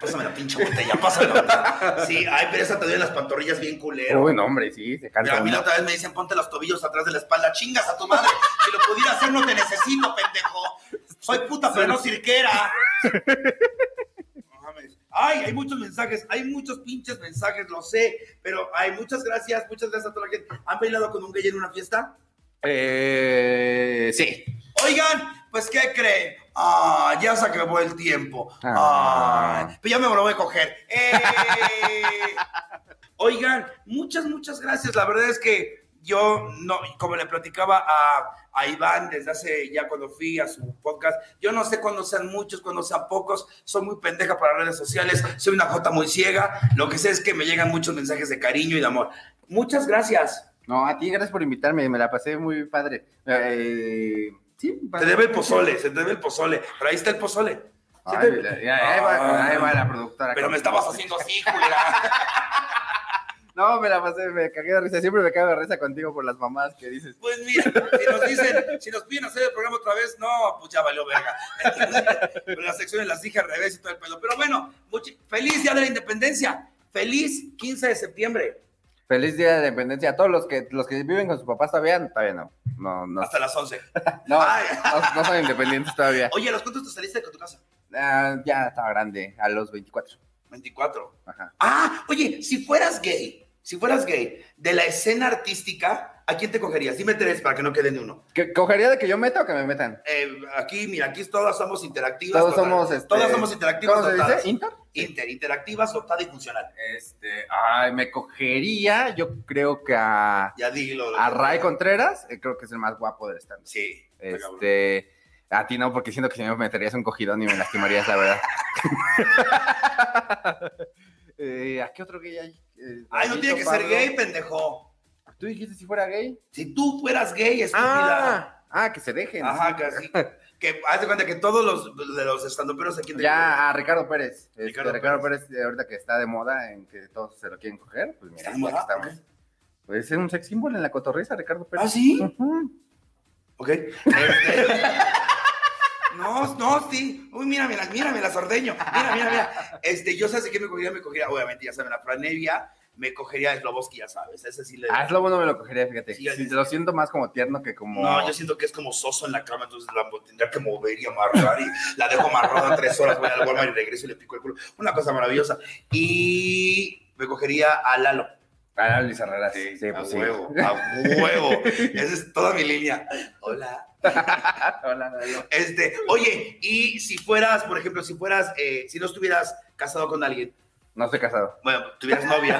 Pásame la pinche botella, pásame la botella. Sí, ay, pero esa te duele las pantorrillas bien culero.
Uy, no, hombre, sí, se
Pero
cansa
a mí
uno.
la otra vez me dicen, ponte los tobillos atrás de la espalda, chingas a tu madre. Si lo pudiera hacer, no te necesito, pendejo. Soy puta, pero no cirquera. No mames. Ay, hay muchos mensajes, hay muchos pinches mensajes, lo sé, pero hay muchas gracias, muchas gracias a toda la gente. ¿Han bailado con un gay en una fiesta?
Eh, sí.
Oigan, pues ¿qué creen? Ah, ya se acabó el tiempo.
Ah.
Ay, pero ya me lo voy a coger. ¡Eh! Oigan, muchas, muchas gracias. La verdad es que yo no, como le platicaba a, a Iván desde hace ya cuando fui a su podcast, yo no sé cuándo sean muchos, cuándo sean pocos, soy muy pendeja para redes sociales, soy una jota muy ciega, lo que sé es que me llegan muchos mensajes de cariño y de amor. Muchas gracias.
No, a ti, gracias por invitarme, me la pasé muy padre. Eh, sí,
Te debe el pozole, se te debe el pozole, pero ahí está el pozole. Sí
Ay,
te-
mira, mira, ahí, va, ahí va la productora.
Ah. Pero me estabas haciendo así, culera.
No, me la pasé, me cagué de risa. Siempre me cago de risa contigo por las mamás que dices.
Pues mira, si nos dicen, si nos piden hacer el programa otra vez, no, pues ya valió verga. Entonces, Pero las secciones las dije al revés y todo el pelo. Pero bueno, muchi- feliz Día de la Independencia. Feliz 15 de septiembre.
Feliz Día de la Independencia a todos los que los que viven con sus papás todavía, todavía no. No, no,
Hasta las 11.
no,
Ay.
no, no son independientes todavía.
Oye, ¿a los cuántos te saliste con tu casa?
Ah, ya estaba grande, a los 24.
24.
Ajá.
Ah, oye, si fueras gay, si fueras gay, de la escena artística, ¿a quién te cogerías? Dime tres para que no quede ni uno.
¿Que- ¿Cogería de que yo meta o que me metan?
Eh, aquí, mira, aquí todas somos interactivas.
Todos
total.
somos, este,
todas somos interactivas.
¿Cómo se
total.
dice? ¿Inter?
Inter, interactivas, optada y funcional.
Este, ay, me cogería, yo creo que a,
Ya dilo.
a Ray Contreras, eh, creo que es el más guapo del stand.
Sí. está cabrón.
Este, a ti no, porque siento que si me meterías un cogidón y me lastimarías, la verdad. Eh, ¿A qué otro gay hay? Eh,
Ay, no
Davidito,
tiene que
Pablo.
ser gay, pendejo.
¿Tú dijiste si fuera gay?
Si tú fueras gay, estúpida.
Ah, ah, que se dejen.
Ajá, casi. Que haz de cuenta que todos los de los estandoperos aquí en
Ya a Ricardo Pérez. Este,
Ricardo
Ricardo, Pérez. eh, ahorita que está de moda en que todos se lo quieren coger, pues mira,
¿Está de
aquí
moda?
estamos.
Ok.
Pues es un sex símbolo en la cotorriza, Ricardo Pérez.
¿Ah, sí?
Ujú.
Ok. Este- No, no, sí. Uy, mira, mira, mira, me la sordeño. Mira, mira, mira. Este, yo sé que me cogería, me cogería, obviamente, ya saben, la franevia, me cogería a Sloboski, ya sabes. Ese sí le.
Ah, es lo bueno me lo cogería, fíjate.
Sí, ya
Sí,
dice.
lo siento más como tierno que como.
No, yo siento que es como soso en la cama, entonces la mo- tendría que mover y amarrar y la dejo amarrada tres horas, voy al Walmart y regreso y le pico el culo. Una cosa maravillosa. Y me cogería a Lalo.
Ah, Luis Herrera, sí, sí,
a
pues sí.
huevo, a huevo. Esa es toda mi línea. Hola.
Ah, Hola, Lalo.
Este, oye, y si fueras, por ejemplo, si fueras, eh, si no estuvieras casado con alguien,
No estoy casado.
Bueno, tuvieras novia.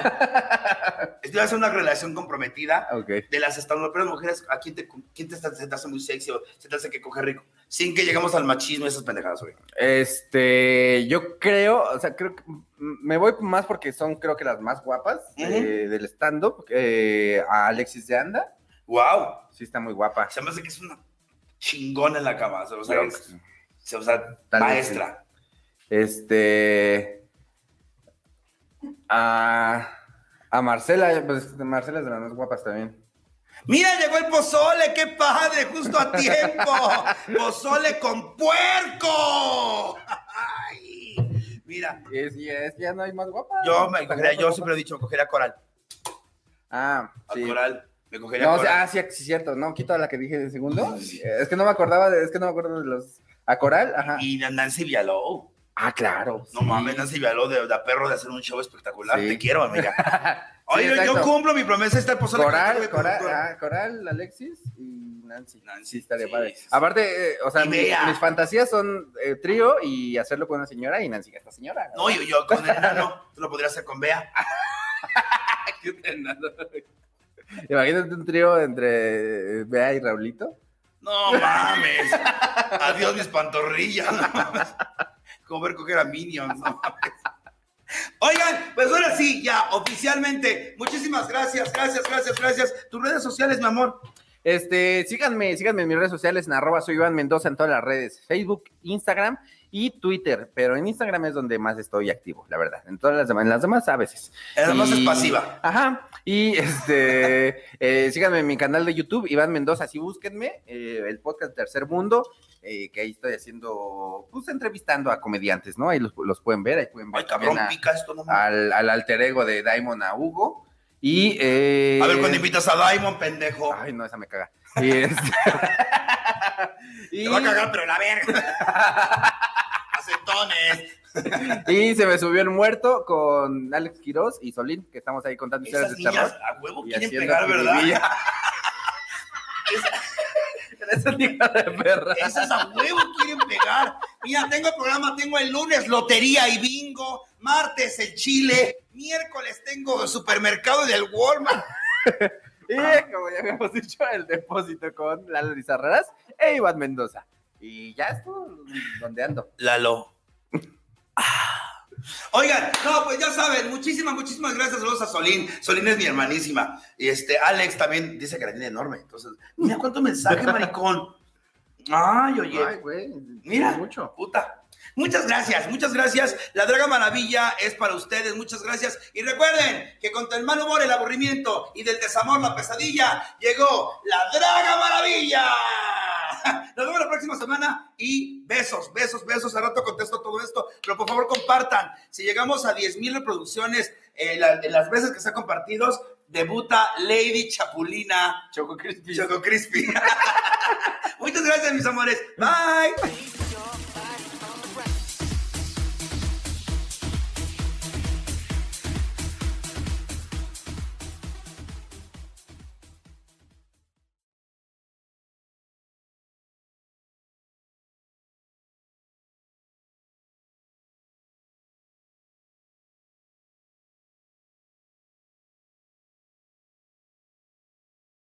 Estuvieras en una relación comprometida
Ok.
de las estadounidenses mujeres. ¿A quién te, quién te, está- se te hace muy sexy o se te hace que coge rico? Sin que lleguemos al machismo y esas pendejadas, güey.
Este, yo creo, o sea, creo que mm, me voy más porque son, creo que las más guapas de-
Ujú.
del stand-up. eh, a Alexis de Anda,
¡Wow!
sí está muy guapa.
Se me hace que es una chingona en la cama. O sea, es- o sea
Tal vez
maestra.
Este. A, a Marcela, pues Marcela es de las más guapas también.
Mira, llegó el pozole, qué padre, justo a tiempo. pozole con puerco. Ay, mira,
Y es, y es- ya no hay más guapas.
yo me
Está
cogería,
guapa,
yo
guapa.
siempre he dicho, me cogería a coral.
Ah,
A
sí.
coral. Me cogería
No,
a
o sea,
coral.
ah, sí, sí, cierto. No, quito a la que dije de segundo. Es que no me acordaba, de, es que no me acuerdo de los. A Coral, ajá.
Y a Nancy Villaló.
Ah, claro.
No
sí.
mames, Nancy Villaló de, de perro de hacer un show espectacular.
Sí.
Te quiero, amiga.
Sí,
Oye, yo
exacto.
cumplo mi promesa está el pozole. con
Coral,
puerco,
Coral,
con-
ah, Coral, Alexis y Nancy.
Nancy,
Sí, estaría
sí,
padre.
sí, sí.
Aparte, eh, o sea,
Y
mis,
Bea.
mis fantasías son eh, trío y hacerlo con una señora y Nancy, esta señora.
No, yo, yo con el enano, tú lo podrías hacer con Bea.
Imagínate un trío entre eh, Bea y Raulito.
No mames. Adiós mis pantorrillas. no mames. Como ver coger a Minions. no mames. Oigan, pues ahora sí, ya, oficialmente. Muchísimas gracias, gracias, gracias, gracias. Tus redes sociales, mi amor.
Este, síganme, síganme en mis redes sociales en arroba soy Iván Mendoza en todas las redes, Facebook, Instagram y Twitter, pero en Instagram es donde más estoy activo, la verdad. En todas las demás, en las demás a veces.
Además es
Y-
pasiva.
Ajá. Y este, eh, síganme en mi canal de YouTube, Iván Mendoza, así búsquenme, eh, el podcast Tercer Mundo, eh, que ahí estoy haciendo, pues entrevistando a comediantes, ¿no? Ahí los, los pueden ver, ahí pueden ver
Ay, cabrón,
también a-
pica esto, no mames.
al, al alter ego de Daimon a Hugo. Y. eh,
A ver cuando invitas a Daimon, pendejo.
Ay, no, esa me caga. Y este-
Te va a cagar, pero la verga. Acetones.
y se me subió el muerto con Alex Quiroz y Solín, que estamos ahí contando historias
Esas
de
niñas
terror.
a huevo
y
quieren
haciendo
pegar, ¿verdad?
jiribilla. Esa hija de perra.
Esas a huevo quieren pegar. Mira, tengo programa, tengo el lunes lotería y bingo, martes el chile, miércoles tengo supermercado del Walmart. Ah.
Y como ya habíamos dicho, el depósito con Lalo Lizarraras e Iván Mendoza. Y ya estuvo donde ando.
Lalo. Ah. Oigan, no, pues ya saben, muchísimas, muchísimas gracias. Saludos a Solín. Solín es mi hermanísima. Y este, Alex también dice que la tiene enorme. Entonces, mira cuánto mensaje, maricón. Ay, oye.
Ay, güey.
Mira.
Mucho.
Puta. Muchas gracias, muchas gracias. La Draga Maravilla es para ustedes, muchas gracias. Y recuerden que contra el mal humor, el aburrimiento y del desamor, la pesadilla, llegó la Draga Maravilla. Nos vemos la próxima semana y besos, besos, besos. Al rato contesto todo esto, pero por favor compartan. Si llegamos a 10 mil reproducciones eh, la- en las veces que se ha compartido, debuta Lady Chapulina
Choco Crispy.
Choco Crispy. Muchas gracias, mis amores. Bye.